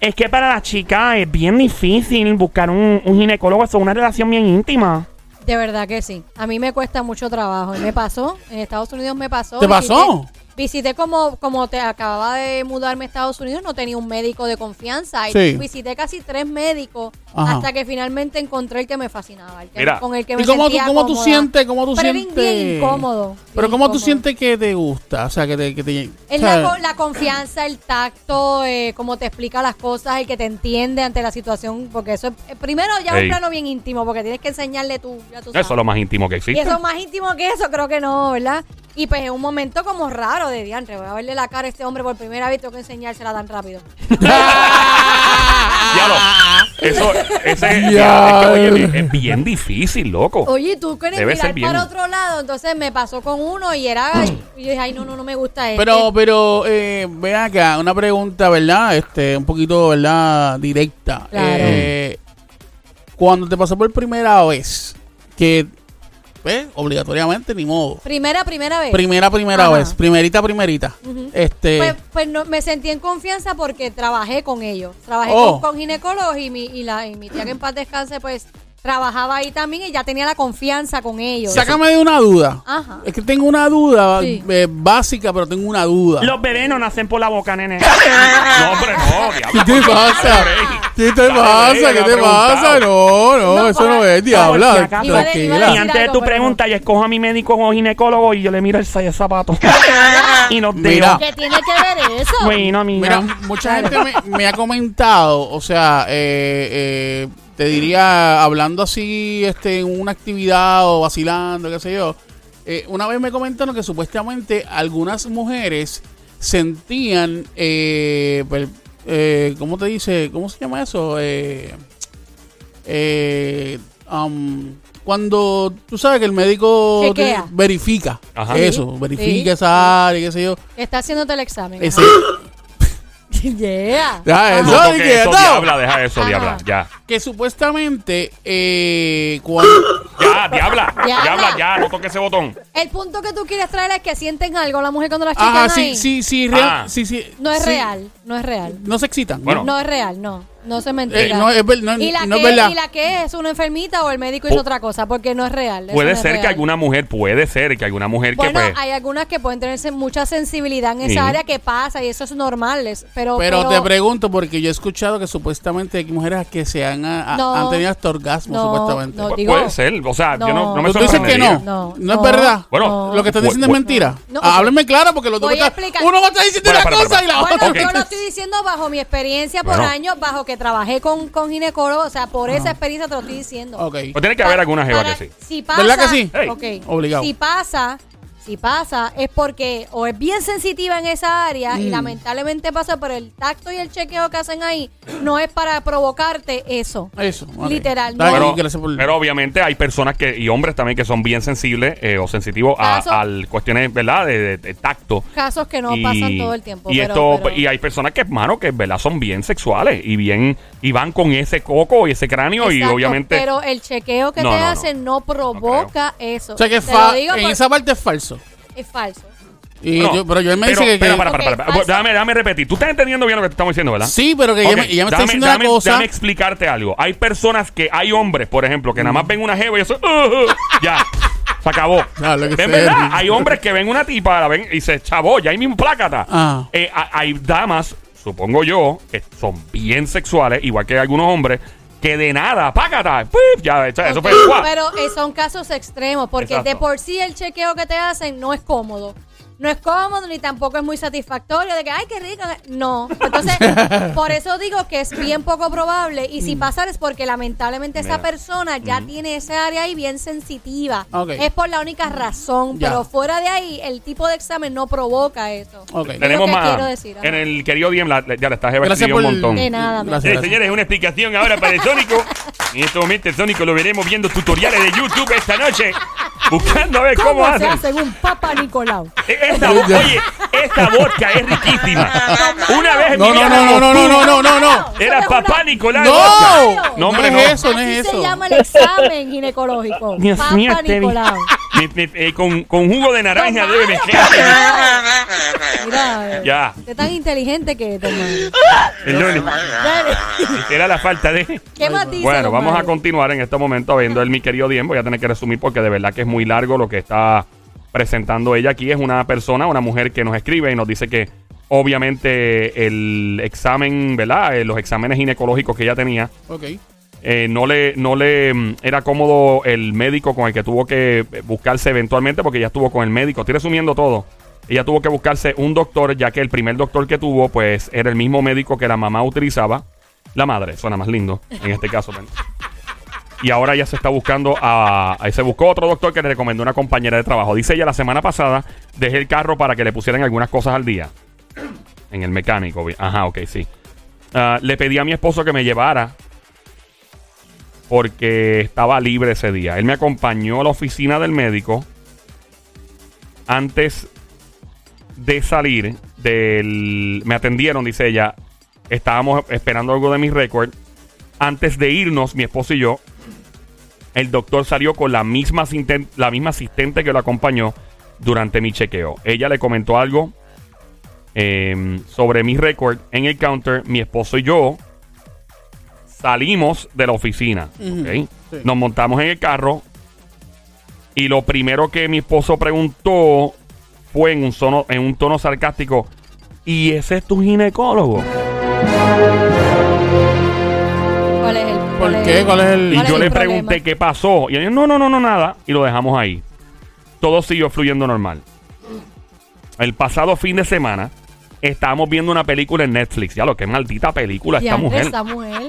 Speaker 4: Es que para las chicas es bien difícil buscar un, un ginecólogo. Eso es una relación bien íntima.
Speaker 2: De verdad que sí. A mí me cuesta mucho trabajo. Y me pasó. En Estados Unidos me pasó.
Speaker 3: ¿Te
Speaker 2: Visité-
Speaker 3: pasó?
Speaker 2: Visité como, como te acababa de mudarme a Estados Unidos, no tenía un médico de confianza. Y
Speaker 3: Sí.
Speaker 2: Visité casi tres médicos
Speaker 3: Ajá.
Speaker 2: hasta que finalmente encontré el que me fascinaba. El que,
Speaker 1: Mira.
Speaker 2: Con el que
Speaker 3: ¿Y
Speaker 2: me
Speaker 3: cómo tú-
Speaker 2: sentía
Speaker 3: cómo tú
Speaker 2: cómoda.
Speaker 3: sientes- cómo tú
Speaker 2: Pero Era bien-
Speaker 3: sientes?
Speaker 2: bien incómodo.
Speaker 3: Pero
Speaker 2: bien
Speaker 3: ¿cómo tú
Speaker 2: incómodo.
Speaker 3: sientes que te gusta? O sea, que te... Que te
Speaker 2: Es
Speaker 3: o sea,
Speaker 2: la, co- la confianza, el tacto, eh, cómo te explica las cosas, el que te entiende ante la situación, porque eso es, eh, primero ya
Speaker 1: Ey.
Speaker 2: un plano bien íntimo, porque tienes que enseñarle tú, ya tú
Speaker 1: Eso es
Speaker 2: sabes.
Speaker 1: lo más íntimo que
Speaker 2: Y
Speaker 1: existe.
Speaker 2: eso más íntimo que eso, creo que no, ¿verdad? Y pues es un momento como raro de diantre. Voy a verle la cara a este hombre por primera vez, tengo que enseñársela tan rápido.
Speaker 1: Diablo, eso ese- es,
Speaker 3: Ya.
Speaker 1: que, oye, es- es bien difícil, loco.
Speaker 2: Oye, tú quieres
Speaker 1: Debe ser
Speaker 2: mirar
Speaker 1: bien.
Speaker 2: para otro lado. Entonces me pasó con uno y era. y yo dije, ay, no, no, no me gusta este.
Speaker 3: Pero, pero, eh, ven acá, una pregunta, ¿verdad? Este, un poquito, ¿verdad? Directa.
Speaker 2: Claro.
Speaker 3: Eh, cuando te pasó por primera vez, que, pues, obligatoriamente, ni modo.
Speaker 2: primera, primera vez.
Speaker 3: Primera, primera
Speaker 2: Ajá.
Speaker 3: vez, primerita, primerita. Este,
Speaker 2: Pues, pues no, me sentí en confianza porque trabajé con ellos. Trabajé
Speaker 3: Oh.
Speaker 2: con, con ginecólogos y mi, y, la, y mi tía que en paz descanse, pues trabajaba ahí también y ya tenía la confianza con ellos.
Speaker 3: sácame de una duda.
Speaker 2: Ajá.
Speaker 3: Es que tengo una duda
Speaker 2: Sí.
Speaker 3: eh, básica, pero tengo una duda.
Speaker 4: Los bebés no nacen por la boca, nene.
Speaker 1: No, hombre, no, diablo.
Speaker 3: ¿Qué te pasa? ¿Qué te
Speaker 1: Dale,
Speaker 3: pasa?
Speaker 1: break,
Speaker 3: ¿Qué
Speaker 1: me
Speaker 3: te
Speaker 1: ha
Speaker 3: pasa?
Speaker 1: preguntado.
Speaker 3: No, no,
Speaker 2: No,
Speaker 3: eso no
Speaker 2: para-
Speaker 3: es, diabla.
Speaker 4: para- Iba a de-
Speaker 2: iba a
Speaker 3: Tranquila.
Speaker 4: Y
Speaker 2: decir
Speaker 4: antes de
Speaker 2: algo,
Speaker 4: tu
Speaker 2: pero
Speaker 4: pregunta, yo escojo a mi médico o ginecólogo y yo le miro el size de zapato. y nos digo,
Speaker 3: Mira.
Speaker 2: ¿Qué tiene que ver eso?
Speaker 4: bueno,
Speaker 3: Mira,
Speaker 4: mira.
Speaker 3: mucha gente me, me ha comentado, o sea, eh, eh, te diría, hablando así este, en una actividad o vacilando, qué sé yo, eh, una vez me comentaron que supuestamente algunas mujeres sentían, eh, pues, eh, ¿cómo te dice? ¿Cómo se llama eso? Eh, eh, um, cuando tú sabes que el médico te-
Speaker 2: Chequea.
Speaker 3: verifica
Speaker 1: Ajá.
Speaker 3: eso,
Speaker 2: Sí,
Speaker 3: verifica
Speaker 2: sí.
Speaker 3: esa área, qué sé yo.
Speaker 2: Está haciéndote el examen.
Speaker 3: Ese,
Speaker 2: Yeah.
Speaker 3: Ah, eso,
Speaker 1: No, porque eso,
Speaker 3: inquieto.
Speaker 1: diabla, deja eso,
Speaker 2: Ajá.
Speaker 1: diabla, ya.
Speaker 3: que supuestamente eh, cuando
Speaker 1: Ya, diabla,
Speaker 2: Diabla.
Speaker 1: diabla, ya, no toque ese botón.
Speaker 2: El punto que tú quieres traer es que sienten algo la mujer cuando las chicas
Speaker 3: ajá
Speaker 2: ahí.
Speaker 3: sí sí sí real
Speaker 1: Ah.
Speaker 3: sí sí
Speaker 2: No es
Speaker 3: sí,
Speaker 2: real, no es real.
Speaker 3: No se excitan.
Speaker 1: Bueno.
Speaker 2: No es real, no. No se
Speaker 3: Eh,
Speaker 2: mentira.
Speaker 3: no, es, ver- no-
Speaker 2: y, la
Speaker 3: no es
Speaker 2: que,
Speaker 3: verdad. Oh.
Speaker 2: y la que es una enfermita o el médico hizo
Speaker 1: Pu-
Speaker 2: otra cosa, porque no es real. eso no
Speaker 1: Puede
Speaker 2: es
Speaker 1: ser
Speaker 2: real.
Speaker 1: que alguna mujer, puede ser que alguna mujer
Speaker 2: Bueno,
Speaker 1: que pues,
Speaker 2: hay algunas que pueden tener sen- mucha sensibilidad en esa
Speaker 1: Sí.
Speaker 2: área que pasa y eso es normal. es- pero,
Speaker 3: Pero, te pregunto, porque yo he escuchado que supuestamente hay mujeres que se han, a- a-
Speaker 2: No.
Speaker 3: han tenido hasta orgasmo,
Speaker 2: No,
Speaker 3: supuestamente.
Speaker 2: no,
Speaker 1: pu-
Speaker 2: digo-
Speaker 1: puede ser, o sea, Ah, yo no, no me
Speaker 3: ¿Tú dices que
Speaker 1: sorprendería.
Speaker 3: no?
Speaker 2: No,
Speaker 3: No,
Speaker 2: no,
Speaker 3: es verdad.
Speaker 1: Bueno,
Speaker 3: Lo que estás
Speaker 1: bu-
Speaker 3: diciendo
Speaker 1: bu-
Speaker 3: es mentira.
Speaker 2: No,
Speaker 3: Ah, Háblenme claro, porque los dos
Speaker 2: Voy a
Speaker 3: están-
Speaker 2: explicar.
Speaker 3: Uno va a estar diciendo
Speaker 1: Para,
Speaker 3: una
Speaker 1: para,
Speaker 3: cosa
Speaker 1: para,
Speaker 3: y la
Speaker 1: para.
Speaker 2: Bueno,
Speaker 3: otra.
Speaker 1: Ok.
Speaker 2: yo lo estoy diciendo bajo mi experiencia por
Speaker 1: Bueno.
Speaker 2: años, bajo que trabajé con, con ginecólogo, o sea, por esa experiencia te lo estoy diciendo.
Speaker 3: Ok.
Speaker 1: Pues tiene que haber alguna jeva
Speaker 2: Para-
Speaker 1: que sí.
Speaker 2: Si pasa,
Speaker 3: ¿Verdad que sí?
Speaker 1: Hey.
Speaker 2: ok.
Speaker 3: Obligado.
Speaker 2: Si pasa, si pasa, es porque o es bien sensitiva en esa área
Speaker 3: Mm.
Speaker 2: y lamentablemente pasa, pero el tacto y el chequeo que hacen ahí no es para provocarte eso.
Speaker 3: Eso. ok.
Speaker 2: Literal,
Speaker 3: Está
Speaker 2: no.
Speaker 3: bien,
Speaker 1: Pero,
Speaker 3: gracias por-
Speaker 1: pero obviamente hay personas que y hombres también que son bien sensibles eh, o sensitivos
Speaker 2: Caso-
Speaker 1: a al cuestiones, ¿verdad? De, de- de tacto.
Speaker 2: Casos que no pasan todo el tiempo.
Speaker 1: Y
Speaker 2: pero-
Speaker 1: esto pues,
Speaker 2: pero-
Speaker 1: y hay personas que, hermano, que verdad son bien sexuales y bien y van con ese coco y ese cráneo y
Speaker 2: Exacto,
Speaker 1: obviamente
Speaker 2: Pero el chequeo que
Speaker 1: No,
Speaker 2: te
Speaker 1: no, no.
Speaker 2: hacen no provoca eso.
Speaker 3: O sea que
Speaker 2: Te
Speaker 3: fa-
Speaker 2: lo digo
Speaker 3: en
Speaker 2: por-
Speaker 3: esa parte es falso.
Speaker 2: es falso.
Speaker 3: Y
Speaker 1: Bueno,
Speaker 3: yo- pero yo me dice que.
Speaker 1: espera,
Speaker 3: que-
Speaker 1: para, para, para,
Speaker 2: Ok,
Speaker 1: para.
Speaker 2: falso.
Speaker 1: Déjame, déjame repetir. Tú estás entendiendo bien lo que te estamos diciendo, ¿verdad?
Speaker 3: Sí, pero que
Speaker 1: Ok,
Speaker 3: ella me, ella me está
Speaker 1: dame-
Speaker 3: diciendo
Speaker 1: dame-
Speaker 3: una cosa.
Speaker 1: Dame explicarte algo. Hay personas que, hay hombres, por ejemplo, que nada más ven una jeva y eso, "Uh, uh", ya, se acabó.
Speaker 3: Ya, lo que
Speaker 1: ¿Ven,
Speaker 3: sea.
Speaker 1: verdad? Hay hombres que ven una tipa, la ven y se chavó, ya hay mismo plácata.
Speaker 3: Ah.
Speaker 1: Eh, ha- hay damas, supongo yo, que son bien sexuales, igual que algunos hombres, que de nada, pácata, ¡pip! ya, o sea, Ah, eso fue, ¡guau!
Speaker 2: Pero eh, son casos extremos, porque
Speaker 1: Exacto.
Speaker 2: de por sí el chequeo que te hacen no es cómodo. No es cómodo ni tampoco es muy satisfactorio de que, ay, qué rico. No. Entonces, por eso digo que es bien poco probable. Y si pasar es porque lamentablemente esa
Speaker 1: Mira.
Speaker 2: persona ya tiene esa área ahí bien sensitiva.
Speaker 3: Ok.
Speaker 2: Es por la única razón.
Speaker 3: Ya.
Speaker 2: Pero fuera de ahí, el tipo de examen no provoca eso.
Speaker 3: Ok.
Speaker 2: lo
Speaker 1: Tenemos
Speaker 2: que
Speaker 1: más.
Speaker 2: quiero decir, ajá.
Speaker 1: en el querido Diem, la- la- ya la estás jeva
Speaker 3: Gracias por.
Speaker 1: escribió un montón.
Speaker 2: De nada, mi
Speaker 3: Gracias,
Speaker 1: Eh,
Speaker 3: gracias.
Speaker 1: señores, una explicación ahora para el Sónico. En este momento el Sónico lo veremos viendo tutoriales de YouTube esta noche, buscando a ver cómo,
Speaker 2: ¿Cómo se
Speaker 1: hacen.
Speaker 2: hace un Papa Nicolau?
Speaker 1: Eh, Esta, vo- oye, esta vodka es riquísima. Una vez en mi
Speaker 3: No, no,
Speaker 1: vida
Speaker 3: no, no, no, no, no, no, no.
Speaker 1: era
Speaker 2: Eso es
Speaker 1: papá
Speaker 2: una-
Speaker 1: Nicolás.
Speaker 3: No.
Speaker 1: vodka. No,
Speaker 3: No
Speaker 1: hombre,
Speaker 3: es
Speaker 1: no.
Speaker 3: eso, no
Speaker 2: Así
Speaker 3: es
Speaker 2: se
Speaker 3: eso.
Speaker 2: llama el examen ginecológico.
Speaker 4: Dios
Speaker 2: Papa
Speaker 4: mío, Estevi.
Speaker 2: Nicolau.
Speaker 1: Mi- mi- eh, con, con jugo de naranja debe mezclarse.
Speaker 2: Mira, a ver.
Speaker 1: Ya.
Speaker 2: Qué tan inteligente que es, don Mario.
Speaker 1: Perdone.
Speaker 2: Dale.
Speaker 1: Era la falta de...
Speaker 2: ¿Qué más dice,
Speaker 1: Bueno,
Speaker 2: don
Speaker 1: vamos a
Speaker 2: Mario?
Speaker 1: continuar en este momento viendo el mi querido Diem. Voy a tener que resumir porque de verdad que es muy largo lo que está presentando ella aquí. Es una persona, una mujer que nos escribe y nos dice que obviamente el examen, ¿verdad? Eh, Los exámenes ginecológicos que ella tenía,
Speaker 3: Ok.
Speaker 1: eh, no le, no le mm, era cómodo el médico con el que tuvo que eh, buscarse eventualmente porque ella estuvo con el médico. Estoy resumiendo todo. Ella tuvo que buscarse un doctor, ya que el primer doctor que tuvo, pues, era el mismo médico que la mamá utilizaba. La madre, suena más lindo en este caso. ¿ven? Y ahora ya se está buscando a, a- Se buscó otro doctor que le recomendó una compañera de trabajo. Dice ella, la semana pasada dejé el carro para que le pusieran algunas cosas al día. En el mecánico. vi- Ajá, ok, sí. Ah, le pedí a mi esposo que me llevara porque estaba libre ese día. Él me acompañó a la oficina del médico antes de salir del... Me atendieron, dice ella. Estábamos esperando algo de mis récords. Antes de irnos, mi esposo y yo, el doctor salió con la misma, asisten- la misma asistente que lo acompañó durante mi chequeo. Ella le comentó algo eh, sobre mi récord en el counter. Mi esposo y yo salimos de la oficina. ¿ok?
Speaker 3: sí.
Speaker 1: Nos montamos en el carro. Y lo primero que mi esposo preguntó fue en un, sono- en un tono sarcástico: ¿Y ese es tu ginecólogo?
Speaker 2: ¿Cuál es el
Speaker 3: ¿Por qué? ¿Cuál es el.?
Speaker 1: Y
Speaker 2: ¿Cuál es
Speaker 1: yo
Speaker 2: el
Speaker 1: le
Speaker 2: problema?
Speaker 1: pregunté qué pasó. Y él no, no, no, no, nada. Y lo dejamos ahí. Todo siguió fluyendo normal. El pasado fin de semana estábamos viendo una película en Netflix. Ya lo que maldita película esta mujer.
Speaker 2: Esta mujer.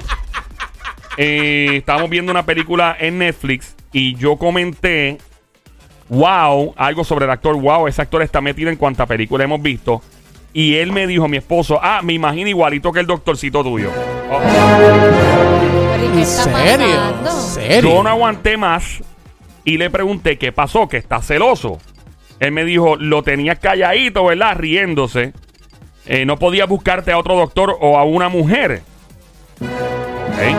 Speaker 1: Eh, estábamos viendo una película en Netflix y yo comenté, wow, algo sobre el actor, wow, ese actor está metido en cuanta película hemos visto. Y él me dijo, mi esposo, ah, me imagino igualito que el doctorcito tuyo. Oh.
Speaker 2: Pero, ¿y qué
Speaker 3: ¿En
Speaker 2: está
Speaker 3: serio?
Speaker 2: pasando?
Speaker 3: ¿En serio?
Speaker 1: Yo no aguanté más y le pregunté qué pasó, que está celoso. Él me dijo, lo tenía calladito, ¿verdad? Riéndose. Eh, no podía buscarte a otro doctor o a una mujer. Ok.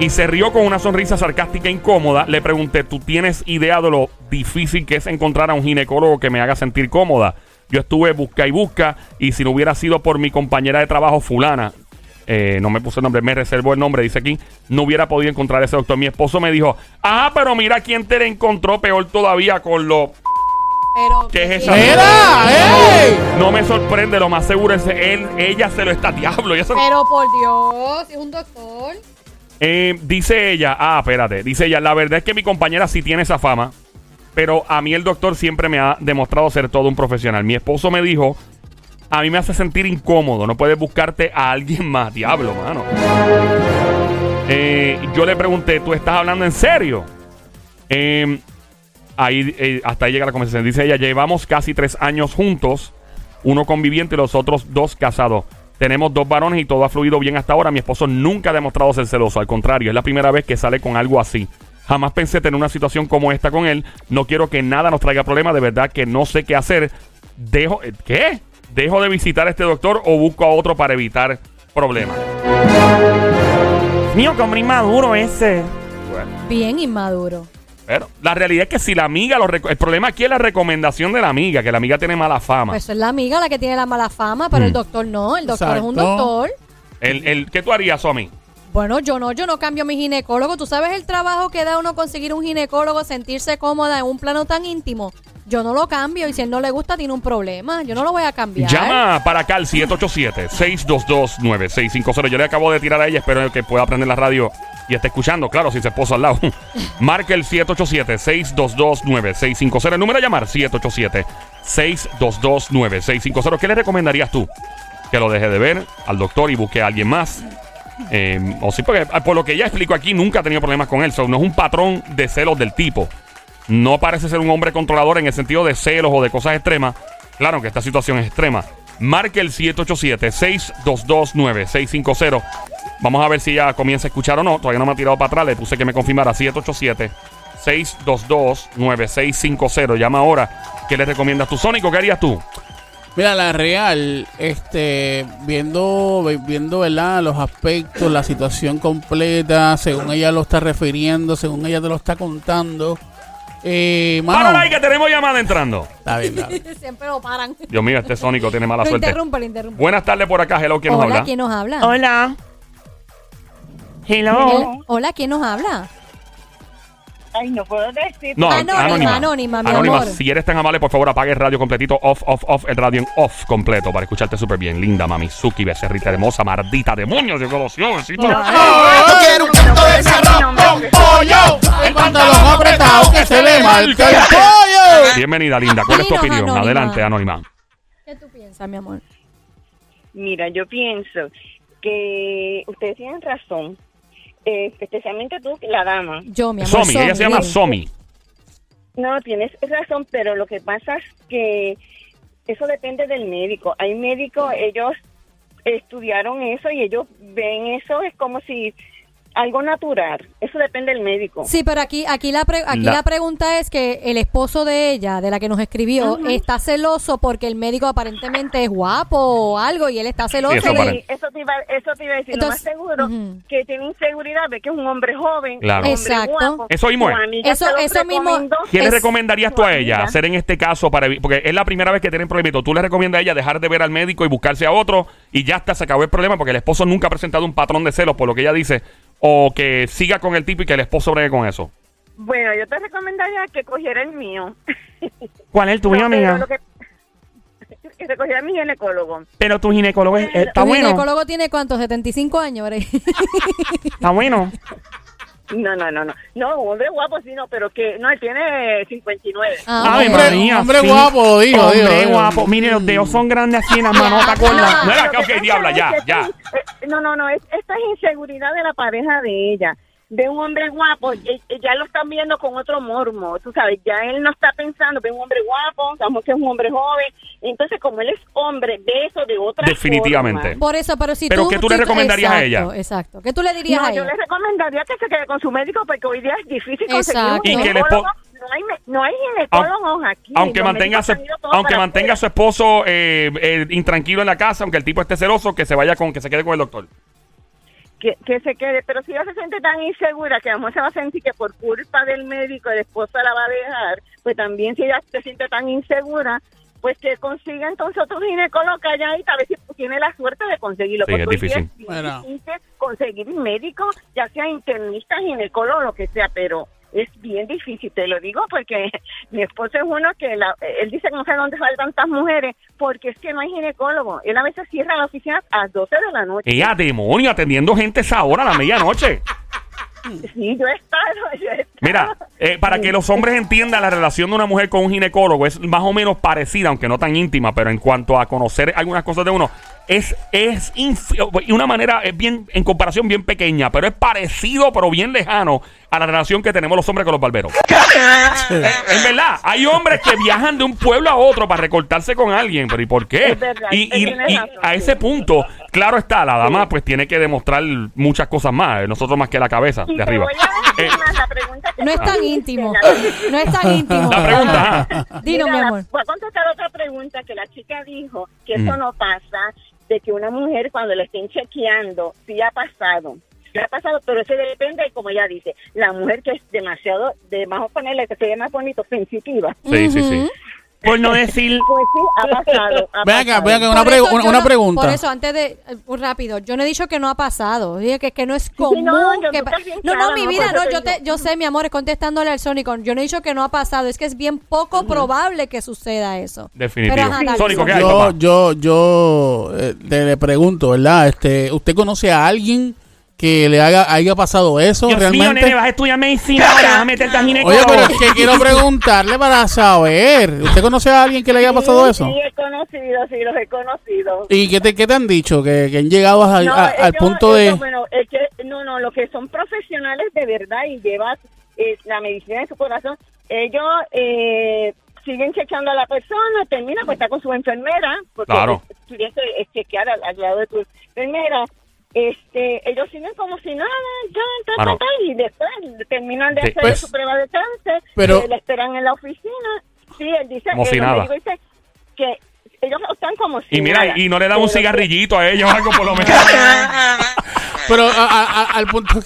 Speaker 1: Y se rió con una sonrisa sarcástica e incómoda. Le pregunté, ¿tú tienes idea de lo difícil que es encontrar a un ginecólogo que me haga sentir cómoda? Yo estuve busca y busca y si no hubiera sido por mi compañera de trabajo fulana, eh, no me puso el nombre, me reservó el nombre, dice aquí, no hubiera podido encontrar a ese doctor. Mi esposo me dijo, ah, pero mira quién te la encontró peor todavía con lo...
Speaker 2: Pero.
Speaker 1: ¿Qué es esa
Speaker 2: ¿quién?
Speaker 3: ¡Mira! ¡Ey!
Speaker 1: No me sorprende, lo más seguro es él, ella se lo está diablo. ella se lo-
Speaker 2: Pero por Dios, es un doctor.
Speaker 1: Eh, dice ella, ah, espérate, dice ella, la verdad es que mi compañera sí tiene esa fama, pero a mí el doctor siempre me ha demostrado ser todo un profesional. Mi esposo me dijo, a mí me hace sentir incómodo, no puedes buscarte a alguien más, diablo, mano. Eh, yo le pregunté, ¿tú estás hablando en serio? Eh, ahí, eh, hasta ahí llega la conversación. Dice ella, llevamos casi tres años juntos, uno conviviente y los otros dos casados. Tenemos dos varones y todo ha fluido bien hasta ahora. Mi esposo nunca ha demostrado ser celoso. Al contrario, es la primera vez que sale con algo así. Jamás pensé tener una situación como esta con él. No quiero que nada nos traiga problemas. De verdad que no sé qué hacer. Dejo, eh, ¿Qué? ¿Dejo de visitar a este doctor o busco a otro para evitar problemas?
Speaker 4: Mío, qué hombre inmaduro ese.
Speaker 1: Bueno.
Speaker 2: Bien inmaduro.
Speaker 1: Pero la realidad es que si la amiga lo reco- el problema aquí es la recomendación de la amiga, que la amiga tiene mala fama.
Speaker 2: Pues es la amiga la que tiene la mala fama,
Speaker 1: Mm.
Speaker 2: pero el doctor no. El doctor es un
Speaker 3: Exacto.
Speaker 2: doctor.
Speaker 1: el, el, ¿Qué tú harías, Somi?
Speaker 2: Bueno, yo no, yo no cambio a mi ginecólogo. ¿Tú sabes el trabajo que da uno conseguir un ginecólogo, sentirse cómoda en un plano tan íntimo? Yo no lo cambio y si él no le gusta tiene un problema. Yo no lo voy a cambiar.
Speaker 1: Llama para acá al 787-622-9650. Yo le acabo de tirar a ella, espero que pueda aprender la radio y esté escuchando, claro, si se esposa al lado. Marca el 787-622-9650. El número a llamar, 787-622-9650. ¿Qué le recomendarías tú? Que lo deje de ver al doctor y busque a alguien más. Eh, o sí, porque ah, por lo que ella explicó aquí, nunca ha tenido problemas con él. So, no es un patrón de celos del tipo. No parece ser un hombre controlador en el sentido de celos o de cosas extremas. Claro que esta situación es extrema. Marque el 787-622-9650. Vamos a ver si ella comienza a escuchar o no. Todavía no me ha tirado para atrás. Le puse que me confirmara. 787-622-9650. Llama ahora. ¿Qué le recomiendas tú, Sónico? ¿Qué harías tú?
Speaker 3: Mira, la real, este, viendo, viendo, ¿verdad? Los aspectos, la situación completa, según ella lo está refiriendo, según ella te lo está contando. Eh, mano,
Speaker 1: ¡Para ahí que tenemos llamada entrando!
Speaker 3: está bien, está bien.
Speaker 2: Siempre lo paran.
Speaker 1: Dios mío, este Sónico tiene mala
Speaker 2: Lo
Speaker 1: suerte.
Speaker 2: interrumpen, lo interrumpen.
Speaker 1: Buenas tardes por acá. Hello, ¿quién nos
Speaker 2: Hola,
Speaker 1: habla?
Speaker 2: ¿quién nos habla?
Speaker 4: Hola. Hello.
Speaker 2: Hola, Hola, ¿quién nos habla?
Speaker 7: Ay, no puedo decir.
Speaker 1: No,
Speaker 2: Anónima,
Speaker 1: anónima,
Speaker 2: anónima, mi amor.
Speaker 1: Si eres tan amable, por favor, apague el radio completito. Off, off, off. El radio en off completo para escucharte súper bien. Linda, mami. Suki, becerrita hermosa, mardita, demonios. Yo conoció, besito.
Speaker 7: Yo quiero un canto de
Speaker 3: pollo, el pantalón apretado que se le marca el pollo.
Speaker 1: Bienvenida, linda. ¿Cuál es tu
Speaker 2: Dinos,
Speaker 1: opinión?
Speaker 2: anónima.
Speaker 1: Adelante, anónima.
Speaker 2: ¿Qué tú piensas, mi amor?
Speaker 7: Mira, yo pienso que ustedes tienen razón. eh, especialmente tú, la dama.
Speaker 2: Yo, mi amor.
Speaker 1: Somi, ella se llama Somi.
Speaker 7: No, tienes razón, pero lo que pasa es que eso depende del médico. Hay médicos, ellos estudiaron eso y ellos ven eso, es como si algo natural. Eso depende del médico.
Speaker 2: Sí, pero aquí, aquí, la, pre- aquí
Speaker 1: La-
Speaker 2: la... pregunta es que el esposo de ella, de la que nos escribió, está celoso porque el médico aparentemente es guapo o algo y él está celoso.
Speaker 1: eso
Speaker 2: y le-
Speaker 1: aparente.
Speaker 7: Sí, eso, te iba, eso te iba a decir, lo más
Speaker 2: Entonces,
Speaker 7: seguro
Speaker 2: ujú.
Speaker 7: que tiene inseguridad de que es un hombre joven,
Speaker 1: Claro.
Speaker 7: un hombre
Speaker 2: Exacto.
Speaker 7: guapo.
Speaker 1: Eso mismo
Speaker 7: Su
Speaker 1: es.
Speaker 7: amiga
Speaker 2: Eso-
Speaker 7: se lo
Speaker 2: eso mismo-
Speaker 7: recomendó.
Speaker 1: ¿Qué le
Speaker 2: Es-
Speaker 1: recomendarías tú a ella
Speaker 7: Amiga.
Speaker 1: hacer en este caso para evi- porque es la primera vez que tienen problemito? Tú le recomiendas a ella dejar de ver al médico y buscarse a otro y ya está, se acabó el problema porque el esposo nunca ha presentado un patrón de celos por lo que ella dice o que siga con el tipo y que el esposo bregue con eso.
Speaker 7: Bueno, yo te recomendaría que cogiera el mío.
Speaker 4: ¿Cuál es el tuyo,
Speaker 7: No, pero
Speaker 4: amiga?
Speaker 7: lo que, que se cogiera mi ginecólogo.
Speaker 4: Pero tu ginecólogo es- está
Speaker 2: ¿Tu
Speaker 4: bueno.
Speaker 2: ginecólogo tiene cuánto? ¿75 años? Bre?
Speaker 4: Está bueno.
Speaker 7: No, no, no, no. No, un hombre guapo sí, no, pero que no, él tiene 59.
Speaker 2: Ah,
Speaker 4: Ay,
Speaker 3: Hombre-
Speaker 4: María,
Speaker 3: hombre
Speaker 4: sí.
Speaker 3: guapo, lo dijo,
Speaker 4: Hombre
Speaker 3: dijo, dijo.
Speaker 4: guapo. Mire, los dedos son grandes así en las manos, ¿te acuerdas?
Speaker 1: No era
Speaker 7: Lo
Speaker 1: que,
Speaker 7: que
Speaker 1: ok,
Speaker 7: pasa
Speaker 1: diabla,
Speaker 7: es
Speaker 1: ya,
Speaker 7: que
Speaker 1: ya.
Speaker 7: sí, eh, no, no, no, es, esta es inseguridad de la pareja de ella. De un hombre guapo, eh, eh, ya lo están viendo con otro mormo, tú sabes, ya él no está pensando, ve un hombre guapo, sabemos que es un hombre joven, entonces como él es hombre, ve eso de otra
Speaker 1: Definitivamente.
Speaker 7: forma.
Speaker 2: Por eso, pero si
Speaker 1: Pero
Speaker 2: tú...
Speaker 1: ¿qué tú le
Speaker 2: si
Speaker 1: recomendarías a
Speaker 2: exacto,
Speaker 1: ella?
Speaker 2: Exacto. ¿Qué tú le dirías a
Speaker 7: No, yo
Speaker 2: ella?
Speaker 7: le recomendaría que se quede con su médico porque hoy día es difícil conseguir
Speaker 2: Exacto. Y
Speaker 7: un
Speaker 1: que le
Speaker 7: ginecólogo.
Speaker 1: po-
Speaker 7: No hay, me- no hay ginecólogos aquí.
Speaker 1: Aunque
Speaker 7: Los
Speaker 1: mantenga, a
Speaker 7: médicos
Speaker 1: su,
Speaker 7: han ido todos
Speaker 1: aunque
Speaker 7: para
Speaker 1: mantenga a su esposo eh, eh, intranquilo en la casa, aunque el tipo esté celoso, que se vaya con, que se quede con el doctor.
Speaker 7: que, que se quede, pero si ella se siente tan insegura que a lo mejor se va a sentir que por culpa del médico el esposo la va a dejar, pues también si ella se siente tan insegura, pues que consiga entonces otro ginecólogo allá y tal vez si tiene la suerte de conseguirlo.
Speaker 1: Sí, es
Speaker 7: porque hoy
Speaker 1: difícil.
Speaker 7: día
Speaker 3: Bueno.
Speaker 7: difícil conseguir médicos, ya sea internista, ginecólogo, lo que sea, pero es bien difícil, te lo digo porque mi esposo es uno que la- él dice que no sé dónde salen tantas mujeres porque es que no hay ginecólogo. Él a veces cierra la oficina a las 12 de la noche.
Speaker 1: Ella, demonio, atendiendo gente esa hora, a la medianoche.
Speaker 7: Sí, yo he estado, yo he estado.
Speaker 1: Mira, eh, para que los hombres entiendan la relación de una mujer con un ginecólogo es más o menos parecida, aunque no tan íntima, pero en cuanto a conocer algunas cosas de uno, es, es infi- y una manera, es bien, en comparación bien pequeña, pero es parecido, pero bien lejano a la relación que tenemos los hombres con los barberos. Es verdad, hay hombres que viajan de un pueblo a otro para recortarse con alguien, pero ¿y por qué?
Speaker 7: Es verdad,
Speaker 1: y, y-
Speaker 7: tienes
Speaker 1: y
Speaker 7: razón,
Speaker 1: a
Speaker 7: sí.
Speaker 1: ese punto, claro está, la dama pues tiene que demostrar muchas cosas más, eh, nosotros más que la cabeza
Speaker 7: Y
Speaker 1: de
Speaker 7: te
Speaker 1: arriba.
Speaker 7: voy a
Speaker 1: Eh,
Speaker 7: decir más la pregunta que
Speaker 2: No es
Speaker 7: tú
Speaker 2: tan
Speaker 7: hiciste,
Speaker 2: íntimo.
Speaker 7: la-
Speaker 2: No es tan íntimo.
Speaker 1: La pregunta, ajá.
Speaker 2: Dinos,
Speaker 7: Mira,
Speaker 2: mi
Speaker 7: la-
Speaker 2: amor.
Speaker 7: Voy a contestar otra pregunta que la chica dijo, que eso
Speaker 3: Mm.
Speaker 7: no pasa, de que una mujer cuando le estén chequeando, sí ha pasado. Sí ha pasado, pero eso depende, como ella dice, la mujer que es demasiado, de más ponerle que se ve más bonito, sensitiva.
Speaker 1: sí, sí, sí.
Speaker 4: Por no decir.
Speaker 7: Pues sí, ha pasado.
Speaker 2: Ah,
Speaker 7: ha
Speaker 3: Ven acá,
Speaker 7: pasado.
Speaker 3: ven acá, una,
Speaker 2: pues Por
Speaker 3: pregu-
Speaker 2: eso
Speaker 3: una,
Speaker 2: yo
Speaker 3: una
Speaker 2: no-
Speaker 3: pregunta.
Speaker 2: Por eso, antes de. eh, rápido, yo no he dicho que no ha pasado. Dije que, que no es
Speaker 7: sí,
Speaker 2: común.
Speaker 7: no, yo-
Speaker 2: que
Speaker 7: tú
Speaker 2: pa-
Speaker 7: estás bien
Speaker 2: no, no,
Speaker 7: clara,
Speaker 2: mi
Speaker 7: ¿no?
Speaker 2: vida,
Speaker 7: Por eso
Speaker 2: no.
Speaker 7: te
Speaker 2: Yo, te,
Speaker 7: digo.
Speaker 2: yo sé, mi amor, es contestándole al Sónico. Yo no he dicho que no ha pasado. Es que es bien poco probable que suceda eso.
Speaker 1: Definitivo.
Speaker 2: Pero, ajá, dale,
Speaker 1: Sónico, ¿qué hay,
Speaker 3: yo,
Speaker 1: papá?
Speaker 3: yo, yo eh, te le pregunto, ¿verdad? Este, ¿usted conoce a alguien que le haga, haya pasado eso
Speaker 4: Dios mío,
Speaker 3: realmente?
Speaker 4: nene, vas a estudiar medicina ahora, vas a meterte al
Speaker 3: Oye,
Speaker 4: ginecólogo.
Speaker 3: pero es que quiero preguntarle para saber. ¿Usted conoce a alguien que le haya pasado
Speaker 7: Sí,
Speaker 3: eso?
Speaker 7: Sí, he conocido, sí, los he conocido.
Speaker 3: ¿Y qué te, qué te han dicho? ¿Que, que han llegado a-
Speaker 7: No,
Speaker 3: a- al
Speaker 7: ellos-
Speaker 3: punto de...?
Speaker 7: ellos, bueno, es que- no, no, los que son profesionales de verdad y llevas eh, la medicina en su corazón, ellos eh, siguen chequeando a la persona, termina pues está con su enfermera, porque
Speaker 1: Claro.
Speaker 7: es- tienes que es chequear al, al lado de tu enfermera. Este, ellos siguen como si nada, ya, ta, ta,
Speaker 1: Mano.
Speaker 7: ta, y después terminan de
Speaker 1: Sí,
Speaker 7: hacer
Speaker 3: pues,
Speaker 7: su prueba de cáncer,
Speaker 3: pero-
Speaker 7: eh, la esperan en la oficina. Sí, él dice,
Speaker 1: Como
Speaker 7: el
Speaker 1: si nada.
Speaker 7: médico dice que ellos están como si
Speaker 1: Y mira,
Speaker 7: nada.
Speaker 1: y no le dan un
Speaker 7: Pero-
Speaker 1: cigarrillito a ella o algo por lo menos.
Speaker 3: Pero a- a- a- al punto... que-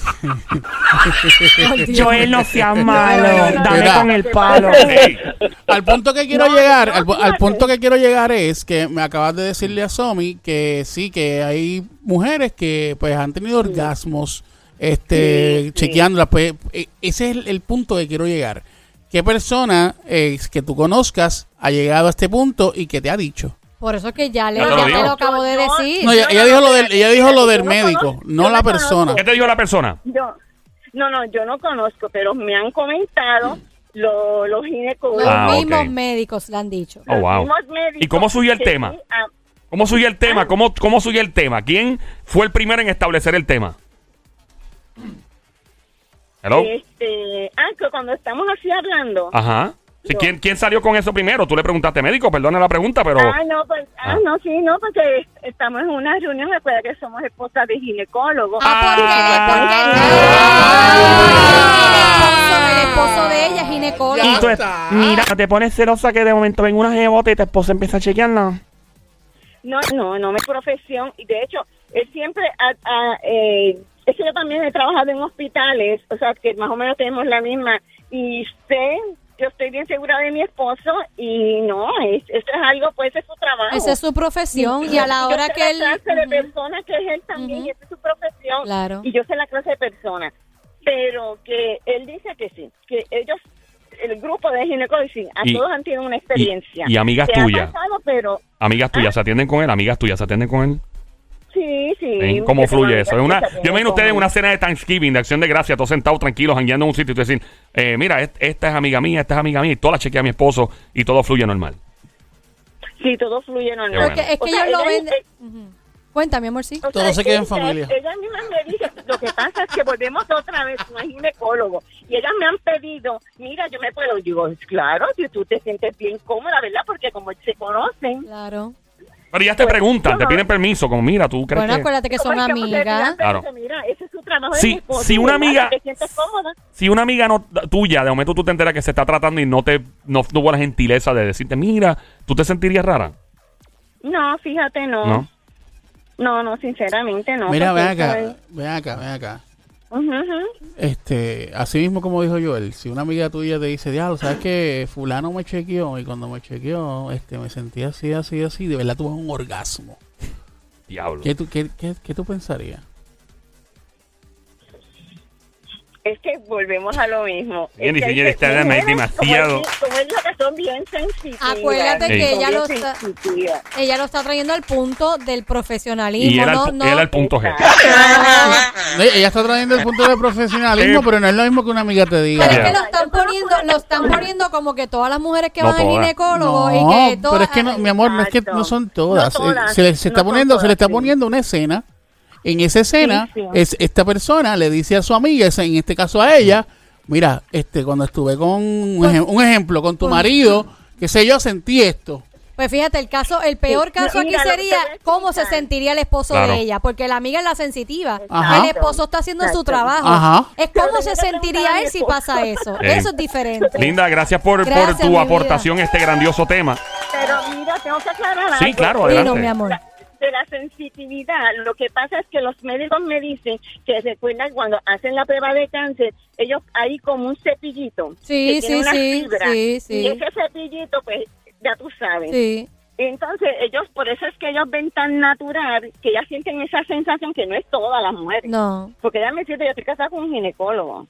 Speaker 4: Joel, no seas malo.
Speaker 2: No, no, no,
Speaker 4: Dame
Speaker 3: no.
Speaker 4: con el palo.
Speaker 1: Ey,
Speaker 3: Al punto que quiero
Speaker 7: No,
Speaker 3: llegar,
Speaker 7: no,
Speaker 3: al, pu- al
Speaker 7: fíjate.
Speaker 3: punto que quiero llegar es que me acabas de decirle a Somi que sí, que hay mujeres que pues han tenido orgasmos, este,
Speaker 7: Sí, sí.
Speaker 3: chequeándolas. Pues, eh, ese es el, el punto que quiero llegar. ¿Qué persona eh, que tú conozcas ha llegado a este punto y que te ha dicho?
Speaker 2: Por eso que ya, le,
Speaker 1: Ya te
Speaker 2: ya
Speaker 1: lo
Speaker 2: te
Speaker 1: digo.
Speaker 2: lo acabo de
Speaker 7: Yo- yo-
Speaker 2: decir.
Speaker 3: No, ella, ella dijo lo del, ella dijo lo del
Speaker 7: Yo no
Speaker 3: médico,
Speaker 7: conozco,
Speaker 3: no
Speaker 7: yo
Speaker 3: la
Speaker 7: no
Speaker 3: persona.
Speaker 1: ¿Qué te dijo la persona?
Speaker 7: Yo, no, no, yo no conozco, pero me han comentado lo- los ginecólogos.
Speaker 2: Los
Speaker 1: Ah, ok.
Speaker 2: mismos médicos le han dicho.
Speaker 1: Oh, wow.
Speaker 7: mismos médicos
Speaker 1: ¿Y cómo surgió el
Speaker 7: que
Speaker 1: tema?
Speaker 7: sí, ah,
Speaker 1: ¿Cómo surgió el tema? ¿Cómo, ¿Cómo surgió el tema? ¿Quién fue el primero en establecer el tema? Hello.
Speaker 7: este, ah, que cuando estamos así hablando.
Speaker 1: Ajá. Sí, ¿quién, ¿Quién salió con eso primero? Tú le preguntaste médico, perdona la pregunta, pero.
Speaker 7: Ah, no, pues, ah,
Speaker 1: Ah.
Speaker 7: no, sí, no, porque estamos en una reunión, recuerda que somos esposas de ginecólogo.
Speaker 2: Ah, ¿por qué? ¿Por qué?
Speaker 3: Ah.
Speaker 2: El esposo de ella es ginecólogo.
Speaker 4: Y tú es-
Speaker 3: Basta.
Speaker 4: mira, te pones celosa que de momento ven una jebota y tu esposa empieza a chequearla.
Speaker 7: No, no, no, mi profesión. Y de hecho, él siempre. ha- ha, eh, es que yo también he trabajado en hospitales, o sea, que más o menos tenemos la misma. Y sé, yo estoy bien segura de mi esposo, y no, es, esto es algo, pues es su trabajo.
Speaker 2: Esa es su profesión y a la hora
Speaker 7: yo sé
Speaker 2: que él...
Speaker 7: La clase de personas que es él también,
Speaker 2: Ujú.
Speaker 7: y esa es su profesión.
Speaker 2: Claro.
Speaker 7: Y yo sé la clase de personas. Pero que él dice que sí, que ellos, el grupo de ginecólogos, sí, a
Speaker 1: Y-
Speaker 7: todos han tenido una experiencia.
Speaker 1: y amigas
Speaker 7: Que ha
Speaker 1: tuyas.
Speaker 7: pasado, pero
Speaker 1: Amigas tuyas se atienden con él, amigas tuyas se atienden con él.
Speaker 7: Sí, sí.
Speaker 1: ¿Eh? ¿Cómo
Speaker 7: Que se
Speaker 1: fluye
Speaker 7: mantenga,
Speaker 1: eso? Es una,
Speaker 7: que
Speaker 1: yo
Speaker 7: se
Speaker 1: me imagino
Speaker 7: mantenga.
Speaker 1: ustedes en una cena de Thanksgiving, de acción de gracia, todos sentados tranquilos, jangueando en un sitio y tú decir, eh, mira, est- esta es amiga mía, esta es amiga mía, y toda la chequea a mi esposo y todo fluye normal.
Speaker 7: Sí, todo fluye normal.
Speaker 1: Qué bueno.
Speaker 2: Porque es que
Speaker 7: O sea,
Speaker 2: ellos lo
Speaker 7: ella-
Speaker 2: venden...
Speaker 7: eh,
Speaker 2: Ujú. Cuéntame, amor, sí.
Speaker 7: o
Speaker 3: Todo
Speaker 7: sea,
Speaker 3: se queda en
Speaker 7: ella-
Speaker 3: familia.
Speaker 7: Ella misma me dice, lo que pasa es que volvemos otra vez, no hay ginecólogo. Y ellas me han pedido, mira, yo me puedo. Digo, claro, si tú te sientes bien cómoda, ¿verdad? Porque como se conocen.
Speaker 2: Claro.
Speaker 1: Pero ya te
Speaker 7: Pues,
Speaker 1: preguntan,
Speaker 7: yo
Speaker 1: te
Speaker 7: no-
Speaker 1: piden permiso, como mira, tú crees
Speaker 2: Bueno,
Speaker 1: que...
Speaker 2: acuérdate que son
Speaker 7: Como es como te
Speaker 2: amigas.
Speaker 7: digan, pero
Speaker 1: Claro.
Speaker 7: Mira, ese es su trabajo. de
Speaker 1: Sí,
Speaker 7: mi esposo,
Speaker 1: si una
Speaker 7: ¿verdad?
Speaker 1: amiga-
Speaker 7: Te sientes cómoda.
Speaker 1: si una amiga no, tuya, de momento tú te enteras que se está tratando y no te no tuvo la gentileza de decirte, mira, tú te sentirías rara,
Speaker 7: No, fíjate, no.
Speaker 1: ¿no?
Speaker 7: No, no, sinceramente no.
Speaker 3: Mira,
Speaker 7: porque
Speaker 3: ven
Speaker 7: eso
Speaker 3: acá,
Speaker 7: es-
Speaker 3: ven acá, ven acá.
Speaker 7: Ujú, ujú.
Speaker 3: Este, así mismo como dijo Joel, si una amiga tuya te dice, diablo, ¿sabes que fulano me chequeó y cuando me chequeó, este, me sentí así, así, así, de verdad tuve un orgasmo.
Speaker 1: Diablo.
Speaker 3: ¿Qué tú, qué, qué- qué tú pensarías?
Speaker 7: Es que volvemos a lo mismo.
Speaker 1: Bien,
Speaker 7: Es que hay
Speaker 1: señor, está
Speaker 7: mujeres,
Speaker 1: dama, es demasiado.
Speaker 7: Como, es- como es la razón bien sensitiva.
Speaker 2: Acuérdate
Speaker 1: que
Speaker 2: ella lo está-
Speaker 7: está...
Speaker 2: Ella lo está trayendo al punto del profesionalismo.
Speaker 1: Y él
Speaker 2: no,
Speaker 1: al,
Speaker 2: no,
Speaker 1: él al punto G.
Speaker 3: No, Eh, Ella está trayendo el punto de profesionalismo,
Speaker 1: Eh,
Speaker 3: pero no es lo mismo que una amiga te
Speaker 2: Pero es
Speaker 3: diga.
Speaker 1: Ya.
Speaker 2: que lo están poniendo, lo están poniendo como que todas las mujeres que
Speaker 1: No
Speaker 2: van al
Speaker 1: todas.
Speaker 2: ginecólogo
Speaker 3: No,
Speaker 2: y que todas-
Speaker 3: pero es que no, mi amor, no es que
Speaker 7: Exacto.
Speaker 3: no son todas.
Speaker 7: No todas,
Speaker 3: Eh, se, le, se
Speaker 7: no
Speaker 3: está
Speaker 7: son
Speaker 3: poniendo, se le está
Speaker 7: todas, sí.
Speaker 3: poniendo una escena. En esa escena,
Speaker 7: Sí, sí.
Speaker 3: es, esta persona le dice a su amiga, es- en este caso a ella, mira, este, cuando estuve con un, ejem- un ejemplo, con tu marido, qué sé yo, sentí esto.
Speaker 2: Pues fíjate, el caso, el peor
Speaker 7: Sí,
Speaker 2: caso
Speaker 7: no, mira,
Speaker 2: aquí
Speaker 7: lo que
Speaker 2: sería
Speaker 7: te voy a
Speaker 2: cómo se
Speaker 7: explicar.
Speaker 2: sentiría el esposo
Speaker 1: Claro.
Speaker 2: de ella, porque la amiga es la sensitiva.
Speaker 3: Ajá.
Speaker 2: El esposo está haciendo su
Speaker 7: Exacto.
Speaker 2: trabajo.
Speaker 3: Ajá.
Speaker 2: Es
Speaker 7: Pero
Speaker 2: cómo se
Speaker 7: tengo que preguntar
Speaker 2: sentiría
Speaker 7: a mi
Speaker 2: él si
Speaker 7: esposo.
Speaker 2: pasa eso.
Speaker 1: Sí.
Speaker 2: Eso es diferente.
Speaker 1: Linda, gracias por,
Speaker 2: Gracias,
Speaker 1: por
Speaker 2: mi
Speaker 1: tu
Speaker 2: vida.
Speaker 1: aportación a este grandioso tema.
Speaker 7: Pero mira, tengo que aclarar
Speaker 1: Sí,
Speaker 7: algo.
Speaker 1: claro,
Speaker 2: Dilo,
Speaker 1: adelante.
Speaker 2: mi amor.
Speaker 7: La- De la sensitividad, lo que pasa es que los médicos me dicen que recuerdan cuando hacen la prueba de cáncer, ellos hay como un cepillito.
Speaker 2: Sí,
Speaker 7: que tiene
Speaker 2: sí,
Speaker 7: unas
Speaker 2: sí,
Speaker 7: fibras,
Speaker 2: sí, sí.
Speaker 7: Y ese cepillito, pues, ya tú sabes.
Speaker 2: Sí.
Speaker 7: Entonces, ellos, por eso es que ellos ven tan natural, que ellas sienten esa sensación que no es todas las mujeres.
Speaker 2: No.
Speaker 7: Porque ella me siento, yo estoy casada con un ginecólogo.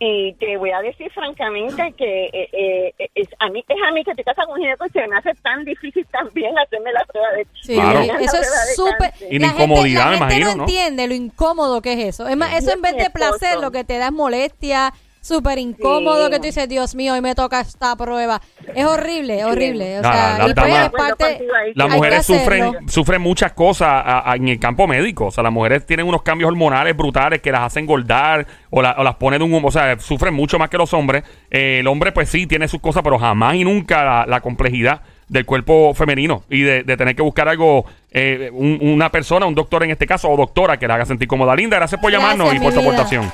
Speaker 7: Y te voy a decir francamente que eh, eh, eh, es, a mí, es a mí que estoy casada con un ginecólogo y se me hace tan difícil también hacerme la prueba de
Speaker 2: Sí,
Speaker 1: Claro.
Speaker 7: hacerme la
Speaker 2: eso
Speaker 7: prueba de
Speaker 2: es súper.
Speaker 7: cáncer.
Speaker 1: Y
Speaker 2: la
Speaker 1: la incomodidad,
Speaker 2: gente, la
Speaker 1: me
Speaker 2: gente
Speaker 1: imagino,
Speaker 2: no
Speaker 1: ¿no?
Speaker 2: entiende lo incómodo que es eso. Es más, eso en vez de placer, lo que te da es molestia, súper incómodo,
Speaker 7: Sí.
Speaker 2: que tú dices, Dios mío, hoy me toca esta prueba. Es horrible, horrible. O
Speaker 1: Nada,
Speaker 2: sea,
Speaker 1: la
Speaker 2: y pues,
Speaker 1: dama-
Speaker 2: es parte,
Speaker 7: Contigo ahí.
Speaker 1: Las
Speaker 2: hay que
Speaker 1: mujeres
Speaker 2: hacerlo.
Speaker 1: sufren, sufren muchas cosas a- a- en el campo médico. O sea, las mujeres tienen unos cambios hormonales brutales que las hacen engordar o, la- o las ponen de un humo. O sea, sufren mucho más que los hombres. Eh, el hombre, pues sí, tiene sus cosas, pero jamás y nunca la, la complejidad del cuerpo femenino y de, de tener que buscar algo, eh, un- una persona, un doctor en este caso, o doctora que la haga sentir cómoda. Linda, gracias por
Speaker 2: Gracias,
Speaker 1: llamarnos y
Speaker 2: mi
Speaker 1: por tu
Speaker 2: vida.
Speaker 1: aportación.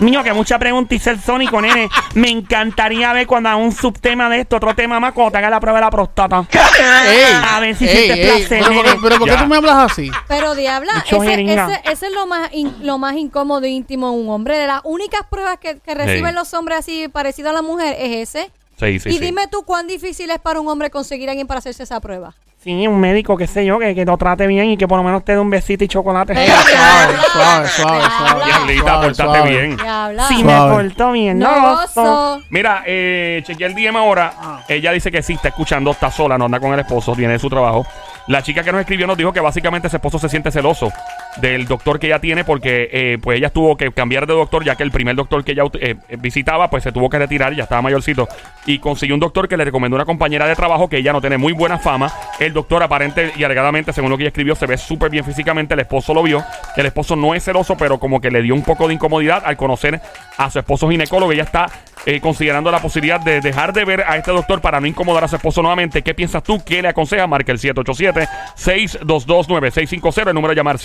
Speaker 4: Niño, que mucha pregunta y ser sónico, nene. Me encantaría ver cuando haga un subtema de esto, otro tema más, cuando te haga la prueba de la próstata.
Speaker 3: Ey,
Speaker 4: a ver si
Speaker 3: ey,
Speaker 4: sientes
Speaker 3: ey,
Speaker 4: placer,
Speaker 3: pero, ¿por qué-
Speaker 4: nene.
Speaker 3: pero ¿por qué
Speaker 1: Ya.
Speaker 3: tú me hablas así?
Speaker 2: Pero diabla,
Speaker 4: Mucho
Speaker 2: ese,
Speaker 4: jeringa.
Speaker 2: ese- ese es lo más in- lo más incómodo e íntimo de un hombre. De las únicas pruebas que, que reciben
Speaker 1: Sí.
Speaker 2: los hombres así parecido a la mujer es ese.
Speaker 1: Sí, sí,
Speaker 2: y
Speaker 1: sí.
Speaker 2: dime tú cuán difícil es para un hombre conseguir a alguien para hacerse esa prueba.
Speaker 4: Sí, un médico, qué sé yo, que, que lo trate bien y que por lo menos te dé un besito y chocolate.
Speaker 3: Ey, suave, suave, suave, suave.
Speaker 1: Bien, Linda,
Speaker 3: suave,
Speaker 1: aportaste
Speaker 3: suave.
Speaker 1: bien.
Speaker 2: Diabla.
Speaker 4: Si me
Speaker 3: Suave.
Speaker 4: portó bien,
Speaker 2: no,
Speaker 4: no, so-
Speaker 2: oso.
Speaker 1: Mira, eh, chequeé el DM ahora. Ella dice que sí, está escuchando, está sola, no anda con el esposo, tiene su trabajo. La chica que nos escribió nos dijo que básicamente ese esposo se siente celoso del doctor que ella tiene porque eh, pues ella tuvo que cambiar de doctor ya que el primer doctor que ella ut- eh, visitaba pues se tuvo que retirar, ya estaba mayorcito. Y consiguió un doctor que le recomendó una compañera de trabajo que ella no tiene muy buena fama. El doctor aparente y alegadamente, según lo que ella escribió, se ve súper bien físicamente. El esposo lo vio. El esposo no es celoso, pero como que le dio un poco de incomodidad al conocer a su esposo ginecólogo. Ella está eh, considerando la posibilidad de dejar de ver a este doctor para no incomodar a su esposo nuevamente. ¿Qué piensas tú? ¿Qué le aconseja? Marca el 787-622-9650. El número a llamar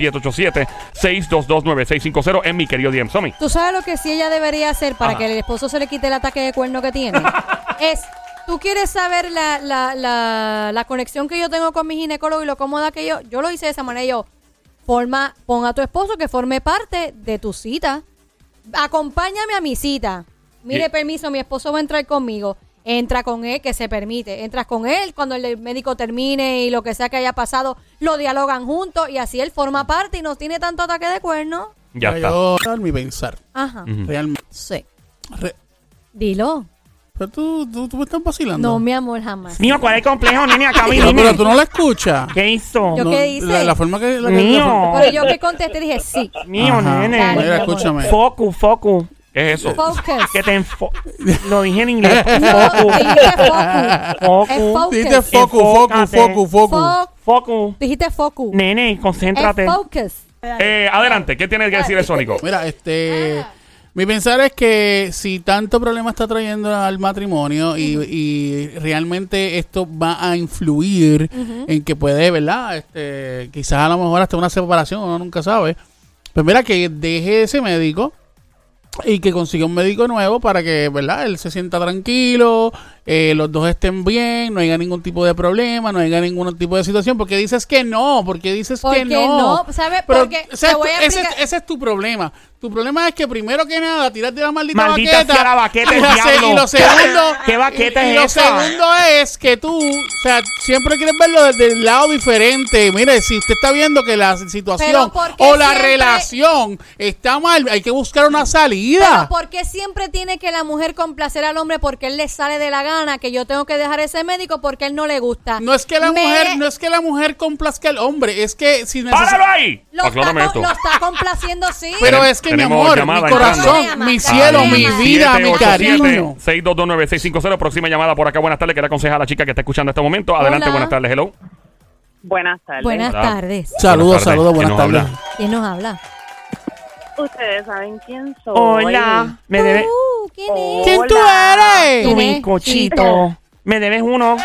Speaker 1: 787-622-9650 en mi querido DM Somi.
Speaker 2: ¿Tú sabes lo que sí ella debería hacer para
Speaker 1: Ajá.
Speaker 2: que el esposo se le quite el ataque de cuerno que tiene? es, tú quieres saber la, la, la, la conexión que yo tengo con mi ginecólogo y lo cómoda que yo. Yo lo hice de esa manera. Yo, forma, pon a tu esposo que forme parte de tu cita. Acompáñame a mi cita. Mire,
Speaker 1: Bien.
Speaker 2: permiso, mi esposo va a entrar conmigo. Entra con él, que se permite. Entras con él cuando el médico termine y lo que sea que haya pasado, lo dialogan juntos y así él forma parte y no tiene tanto ataque de cuerno.
Speaker 1: Ya
Speaker 3: Para
Speaker 1: está. Mm.
Speaker 3: yo dar mi pensar.
Speaker 2: Ajá.
Speaker 3: Realmente.
Speaker 2: Sí.
Speaker 3: Re-
Speaker 2: Dilo.
Speaker 3: pero tú, tú, tú me estás vacilando.
Speaker 2: No, mi amor, jamás.
Speaker 4: Mío, ¿cuál es el complejo, nene? Acá
Speaker 3: Pero,
Speaker 4: vine.
Speaker 3: pero tú no la escuchas.
Speaker 4: ¿Qué hizo?
Speaker 2: Yo-
Speaker 3: No,
Speaker 2: qué hice?
Speaker 3: La, la forma que... La, que-
Speaker 4: Mío.
Speaker 3: la forma-
Speaker 2: Pero yo que contesté dije sí.
Speaker 4: Mío,
Speaker 3: Ajá.
Speaker 4: nene.
Speaker 2: Dale,
Speaker 3: Mira,
Speaker 2: mi amor.
Speaker 3: escúchame.
Speaker 4: Focus, focus.
Speaker 1: ¿Qué es eso?
Speaker 2: Focus.
Speaker 4: Que te enfo... Lo dije en inglés.
Speaker 2: No, dijiste focus.
Speaker 4: Focus.
Speaker 2: Es
Speaker 4: Focus.
Speaker 3: Dijiste focus,
Speaker 2: focus.
Speaker 3: focus,
Speaker 4: Enfócate.
Speaker 3: focus, focus.
Speaker 2: Fo-
Speaker 4: Focus.
Speaker 2: Dijiste focus.
Speaker 4: Nene, concéntrate.
Speaker 2: Es focus.
Speaker 1: Eh, adelante, ¿qué tiene que decir el Sónico?
Speaker 3: Mira, este...
Speaker 2: Ah.
Speaker 3: Mi pensar es que si tanto problema está trayendo al matrimonio y, y realmente esto va a influir en que puede, ¿verdad? Este, quizás a lo mejor hasta una separación, uno nunca sabe. Pues mira, que deje ese médico y que consiga un médico nuevo para que, ¿verdad? Él se sienta tranquilo, eh, los dos estén bien, no haya ningún tipo de problema, no haya ningún tipo de situación. Porque dices que no, porque dices
Speaker 2: Porque
Speaker 3: que no.
Speaker 2: no, ¿sabe?
Speaker 3: Pero,
Speaker 2: Porque
Speaker 3: o sea,
Speaker 2: te voy
Speaker 3: tú-
Speaker 2: a
Speaker 3: ese,
Speaker 2: explicar-
Speaker 3: ese es tu problema. Tu problema es que primero que nada tiras de la maldita,
Speaker 4: Maldita
Speaker 3: baqueta.
Speaker 4: sea la baqueta,
Speaker 3: y,
Speaker 4: el
Speaker 3: lo se-
Speaker 4: diablo.
Speaker 3: y lo segundo,
Speaker 4: ¿Qué baqueta
Speaker 3: y- y
Speaker 4: es
Speaker 3: lo
Speaker 4: esa?
Speaker 3: segundo es que tú, o sea, siempre quieres verlo desde el lado diferente. Mire, si usted está viendo que la situación
Speaker 2: Pero ¿por qué
Speaker 3: o la
Speaker 2: siempre-
Speaker 3: relación está mal, hay que buscar una salida.
Speaker 2: Pero ¿por qué siempre tiene que la mujer complacer al hombre porque él le sale de la gana que yo tengo que dejar ese médico porque él no le gusta?
Speaker 3: No es que la
Speaker 2: Me-
Speaker 3: mujer, no es que la mujer complazca al hombre, es que si neces-
Speaker 1: ¡Páralo ahí!
Speaker 2: Lo está,
Speaker 1: Aclárame
Speaker 2: co-
Speaker 1: esto.
Speaker 2: lo está complaciendo, sí.
Speaker 3: Pero
Speaker 1: Tenem-
Speaker 3: es que mi
Speaker 1: tenemos
Speaker 3: amor, mi
Speaker 1: llamada
Speaker 3: corazón,
Speaker 2: entrando.
Speaker 3: mi cielo,
Speaker 2: Al
Speaker 3: mi vida, mi
Speaker 1: 787-622-9650.
Speaker 3: cariño.
Speaker 1: 6229650. Próxima llamada por acá. Buenas tardes. Quería aconsejar a la chica que está escuchando en este momento. Adelante,
Speaker 2: Hola.
Speaker 1: buenas tardes. Hello.
Speaker 7: Buenas tardes.
Speaker 2: Buenas
Speaker 1: Hola.
Speaker 2: tardes.
Speaker 3: Saludos,
Speaker 1: Buenas tardes.
Speaker 3: saludos,
Speaker 1: ¿Quién
Speaker 3: buenas
Speaker 1: nos
Speaker 3: tardes.
Speaker 1: habla?
Speaker 2: ¿Quién nos habla?
Speaker 7: Ustedes saben quién soy.
Speaker 4: Hola. Me debe
Speaker 2: Uh, ¿Quién es?
Speaker 3: ¿Quién tú
Speaker 7: Hola.
Speaker 3: eres?
Speaker 4: tu
Speaker 2: ¿Quién es?
Speaker 4: bizcochito. Me debes uno.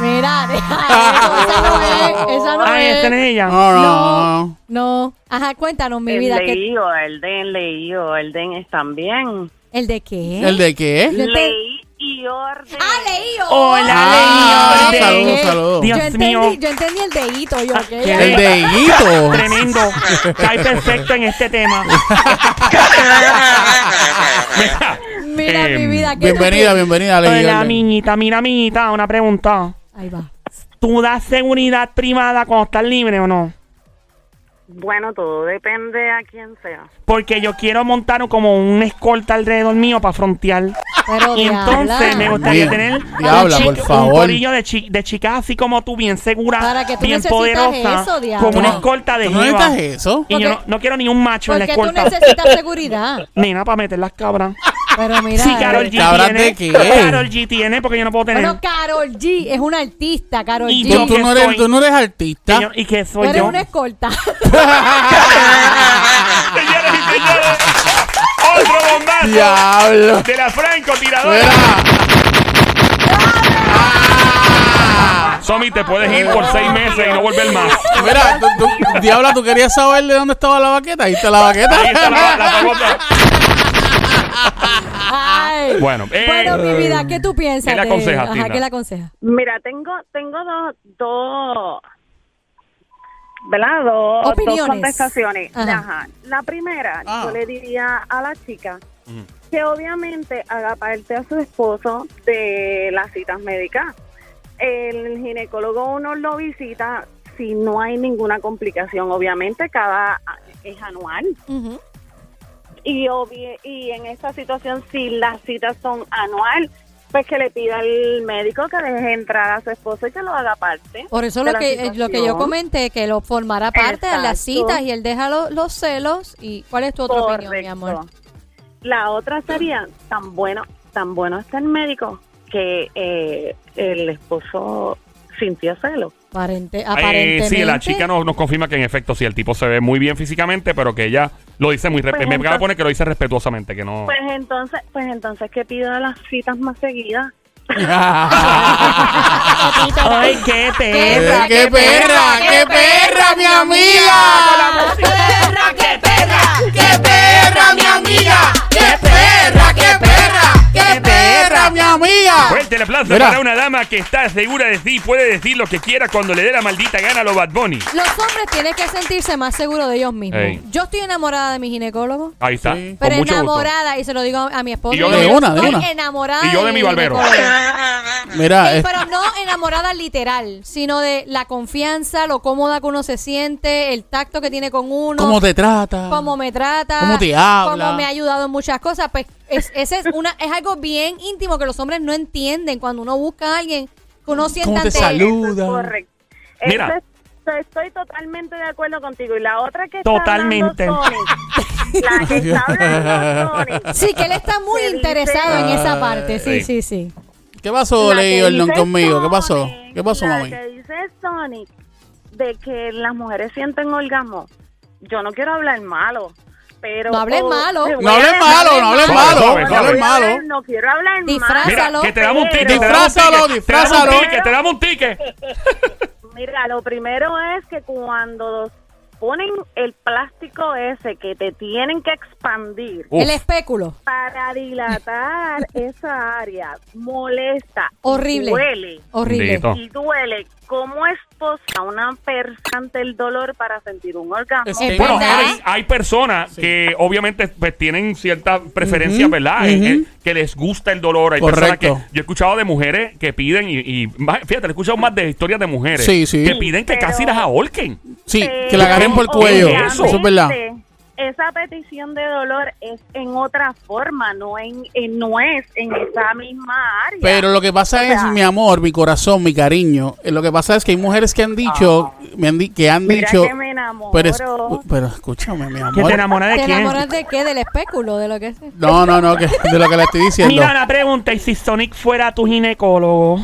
Speaker 2: Mira, deja eso, esa no es. Esa no
Speaker 4: Ay, este
Speaker 2: es.
Speaker 4: esta no es ella.
Speaker 3: No, no,
Speaker 2: No.
Speaker 3: no.
Speaker 2: No. Ajá, cuéntanos, mi
Speaker 7: El
Speaker 2: vida. ¿qué-
Speaker 7: leído, el de leído, el de están bien.
Speaker 2: ¿El de qué?
Speaker 3: ¿El de qué?
Speaker 2: Yo te-
Speaker 7: Leí y orden.
Speaker 2: Ah, leí.
Speaker 4: Hola,
Speaker 3: Ah,
Speaker 4: leí. oh,
Speaker 3: saludos,
Speaker 4: Orden.
Speaker 3: saludos.
Speaker 4: Dios
Speaker 2: yo, entendí,
Speaker 4: mío.
Speaker 2: yo entendí el deíto. Yo,
Speaker 4: Ah,
Speaker 2: ¿qué?
Speaker 4: ¿quién
Speaker 3: El de Higuito.
Speaker 4: Tremendo. Cae perfecto en este tema.
Speaker 2: Mira,
Speaker 1: Em,
Speaker 2: mi vida. ¿qué-
Speaker 3: Bienvenida, bienvenida, Lady
Speaker 4: Hola,
Speaker 3: Gaga.
Speaker 4: miñita. Mira, miñita, una pregunta.
Speaker 2: Ahí va.
Speaker 4: ¿Tú das seguridad privada cuando estás libre o no?
Speaker 7: Bueno, todo depende a quién sea.
Speaker 4: Porque yo quiero montar como un escolta alrededor mío para frontear.
Speaker 2: Pero
Speaker 4: Y entonces
Speaker 2: diabla.
Speaker 4: me gustaría
Speaker 3: Mía,
Speaker 4: tener un
Speaker 3: diabla, por
Speaker 4: chic-
Speaker 3: favor.
Speaker 4: un corillo de, chi- de chicas así como tú, bien segura,
Speaker 2: Para que tú
Speaker 4: bien
Speaker 2: necesitas
Speaker 4: poderosa,
Speaker 2: eso, diabla.
Speaker 4: como una
Speaker 3: No,
Speaker 4: escolta de
Speaker 3: ¿tú ¿No
Speaker 4: jeva.
Speaker 3: necesitas eso?
Speaker 4: Y yo no,
Speaker 2: Porque-
Speaker 4: no quiero ni un macho en la
Speaker 2: Porque tú
Speaker 4: escolta.
Speaker 2: necesitas seguridad.
Speaker 4: Nena, para meter las cabras.
Speaker 2: Pero mira.
Speaker 4: Si Carol G
Speaker 3: ¿Cabras
Speaker 4: tiene,
Speaker 3: de qué?
Speaker 4: Carol G tiene, porque yo no puedo tener.
Speaker 2: Bueno, Carol G es una artista, Carol
Speaker 4: Y
Speaker 2: G.
Speaker 4: yo
Speaker 3: Tú, tú
Speaker 4: que
Speaker 3: no eres,
Speaker 4: soy-
Speaker 3: tú no eres
Speaker 4: Y
Speaker 3: artista.
Speaker 4: yo- y que
Speaker 2: Tú
Speaker 4: soy
Speaker 2: eres
Speaker 4: yo.
Speaker 2: una escolta.
Speaker 1: Señores y señores, otro bombazo
Speaker 3: Diablo.
Speaker 1: de la francotiradora.
Speaker 3: Mira.
Speaker 1: Somi, te puedes ir por seis meses y no volver más.
Speaker 3: Ah. Mira, tú, tú- diabla, ¿tú querías saber de dónde estaba la baqueta? Ahí está la baqueta.
Speaker 1: Ahí está la- la famosa.
Speaker 2: Ay.
Speaker 1: Bueno, eh,
Speaker 2: Bueno, mi vida, ¿qué tú piensas?
Speaker 1: ¿Qué le
Speaker 2: de-
Speaker 1: aconsejas,
Speaker 2: Ajá,
Speaker 1: Tina?
Speaker 2: ¿qué le aconsejas?
Speaker 7: Mira, tengo tengo dos dos ¿verdad? Dos,
Speaker 2: Opiniones.
Speaker 7: dos contestaciones.
Speaker 2: Ajá.
Speaker 7: Ajá. La primera,
Speaker 3: Ah.
Speaker 7: yo le diría a la chica que obviamente haga parte a su esposo de las citas médicas. El ginecólogo uno lo visita si no hay ninguna complicación, obviamente cada es anual.
Speaker 2: Ujú.
Speaker 7: Y, obvi- y en esta situación, si las citas son anual, pues que le pida al médico que deje entrar a su esposo y que lo haga parte.
Speaker 2: Por eso
Speaker 7: de
Speaker 2: lo
Speaker 7: la
Speaker 2: que, eh, lo que yo
Speaker 7: situación.
Speaker 2: comenté, que lo formará parte de las
Speaker 7: Exacto.
Speaker 2: citas y él deja lo- los celos. ¿Y cuál es tu otra opinión, mi amor?
Speaker 7: Correcto. La otra sería, tan bueno, tan bueno está el médico que eh, el esposo sintió celo.
Speaker 2: Aparente,
Speaker 1: eh,
Speaker 2: aparentemente.
Speaker 1: sí, la chica nos, nos confirma que en efecto sí, el tipo se ve muy bien físicamente, pero que ella lo dice muy... respetuosamente.
Speaker 7: Pues
Speaker 1: me acaba de
Speaker 7: entonces-
Speaker 1: poner que lo dice respetuosamente, que no...
Speaker 7: Pues entonces, pues entonces que pida las citas más seguidas.
Speaker 4: Ay, qué teta.
Speaker 3: Eh, ¡Qué perra! ¡Qué perra, mi
Speaker 2: Ah,
Speaker 3: amiga!
Speaker 2: pues,
Speaker 3: ¡Qué perra, mi amiga! ¡Qué perra, qué perra! ¡Qué perra, mi
Speaker 2: Pues-
Speaker 3: amiga!
Speaker 1: Fuerte el aplauso
Speaker 3: Mira.
Speaker 1: para una dama que está segura de sí, puede decir lo que quiera cuando le dé la maldita gana a los Bad Bunny.
Speaker 2: Los hombres tienen que sentirse más seguros de ellos mismos.
Speaker 1: Ey.
Speaker 2: Yo estoy enamorada de mi ginecólogo.
Speaker 1: Ahí está.
Speaker 3: Sí.
Speaker 1: Con
Speaker 2: Pero
Speaker 1: mucho
Speaker 2: enamorada, y se lo digo a mi esposo.
Speaker 1: Y yo
Speaker 2: le
Speaker 1: de
Speaker 2: digo,
Speaker 3: una, de
Speaker 2: estoy
Speaker 3: una.
Speaker 2: enamorada.
Speaker 1: Y yo de mi barbero.
Speaker 2: ginecólogo.
Speaker 3: Mira,
Speaker 2: Sí,
Speaker 3: Ah, es-
Speaker 2: pero no enamorada literal, sino de la confianza, lo cómoda que uno se siente, el tacto que tiene con uno.
Speaker 3: ¿cómo te trata?
Speaker 2: cómo me trata,
Speaker 3: Cómo te habla.
Speaker 2: cómo me ha ayudado en muchas cosas, pues es, ese es una es algo bien íntimo que los hombres no entienden cuando uno busca a alguien que uno sienta
Speaker 3: ¿Cómo te
Speaker 2: ante-
Speaker 3: saluda?
Speaker 7: Correcto.
Speaker 1: Mira.
Speaker 7: Eso es- estoy totalmente de acuerdo contigo. Y la otra que
Speaker 4: Totalmente.
Speaker 7: está hablando Tony, la que está hablando Tony,
Speaker 2: Sí, que él está muy
Speaker 7: Que dice-
Speaker 2: interesado en esa parte. Sí,
Speaker 1: Sí.
Speaker 2: sí, sí.
Speaker 3: ¿Qué pasó,
Speaker 7: la
Speaker 3: Ley
Speaker 7: que
Speaker 3: Gordon,
Speaker 7: dice
Speaker 3: conmigo? ¿Qué pasó?
Speaker 7: Sonic,
Speaker 3: ¿Qué pasó,
Speaker 7: la
Speaker 3: mami?
Speaker 7: que dice Sonic de que las mujeres sienten orgasmo. Yo no quiero hablar malo, pero...
Speaker 2: No hables malo.
Speaker 7: Te voy
Speaker 3: No
Speaker 7: a
Speaker 3: hables
Speaker 7: decir-
Speaker 3: malo, no hables
Speaker 1: Suave,
Speaker 3: malo, no
Speaker 1: suave, suave.
Speaker 3: hables
Speaker 7: Voy a hablar-
Speaker 3: malo.
Speaker 7: No quiero hablar
Speaker 1: gusto.
Speaker 2: Disfraza.
Speaker 7: malo.
Speaker 1: Mira, que te damos un ticket. te damos un
Speaker 3: Disfrázalo,
Speaker 1: ticket, te damos un
Speaker 3: disfrázalo.
Speaker 1: ticket, Te damos un ticket.
Speaker 7: Mira, lo primero es que cuando ponen el plástico ese que te tienen que expandir
Speaker 1: Uf.
Speaker 2: El espéculo.
Speaker 7: para dilatar esa área, molesta,
Speaker 2: Horrible. Oh.
Speaker 7: duele
Speaker 2: Horrible.
Speaker 1: Bendito.
Speaker 7: y duele. ¿Cómo es posible a una persona el dolor para sentir un orgasmo?
Speaker 3: Es-
Speaker 2: Es
Speaker 1: Bueno,
Speaker 2: verdad.
Speaker 1: hay, hay personas que obviamente pues, tienen ciertas preferencias,
Speaker 3: Ujú,
Speaker 1: ¿verdad? Eh,
Speaker 3: ujú.
Speaker 1: eh, que les gusta el dolor. Hay
Speaker 3: Correcto.
Speaker 1: personas que. Yo he escuchado de mujeres que piden, y, y más- fíjate, he escuchado más de historias de mujeres
Speaker 3: Sí, sí.
Speaker 1: que piden que
Speaker 7: Pero-
Speaker 1: casi las ahorquen.
Speaker 3: Sí,
Speaker 7: Pero,
Speaker 3: que la agarren por el cuello.
Speaker 1: ¿qué es
Speaker 3: Eso es verdad.
Speaker 7: obviamente, Eh, Esa petición de dolor es en otra forma, no en, en- no es en esa misma área.
Speaker 3: Pero lo que pasa es, mi amor, mi corazón, mi cariño. eh, Lo que pasa es que hay mujeres que han dicho, me han di- que han
Speaker 7: Ah. Mira
Speaker 3: dicho.
Speaker 7: que me enamoro.
Speaker 3: pero, es- pero escúchame, mi
Speaker 4: ¿Que te
Speaker 3: amor.
Speaker 4: enamoras de
Speaker 2: ¿Te
Speaker 4: quién?
Speaker 2: enamoras de qué? Del espéculo, de lo que es.
Speaker 3: No, no, no, que, de lo que le estoy diciendo.
Speaker 4: Mira la pregunta, ¿y si Sonic fuera tu ginecólogo?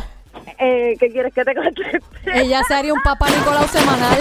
Speaker 7: Eh, ¿Qué quieres que te conteste?
Speaker 2: Ella se haría un papá Nicolau semanal.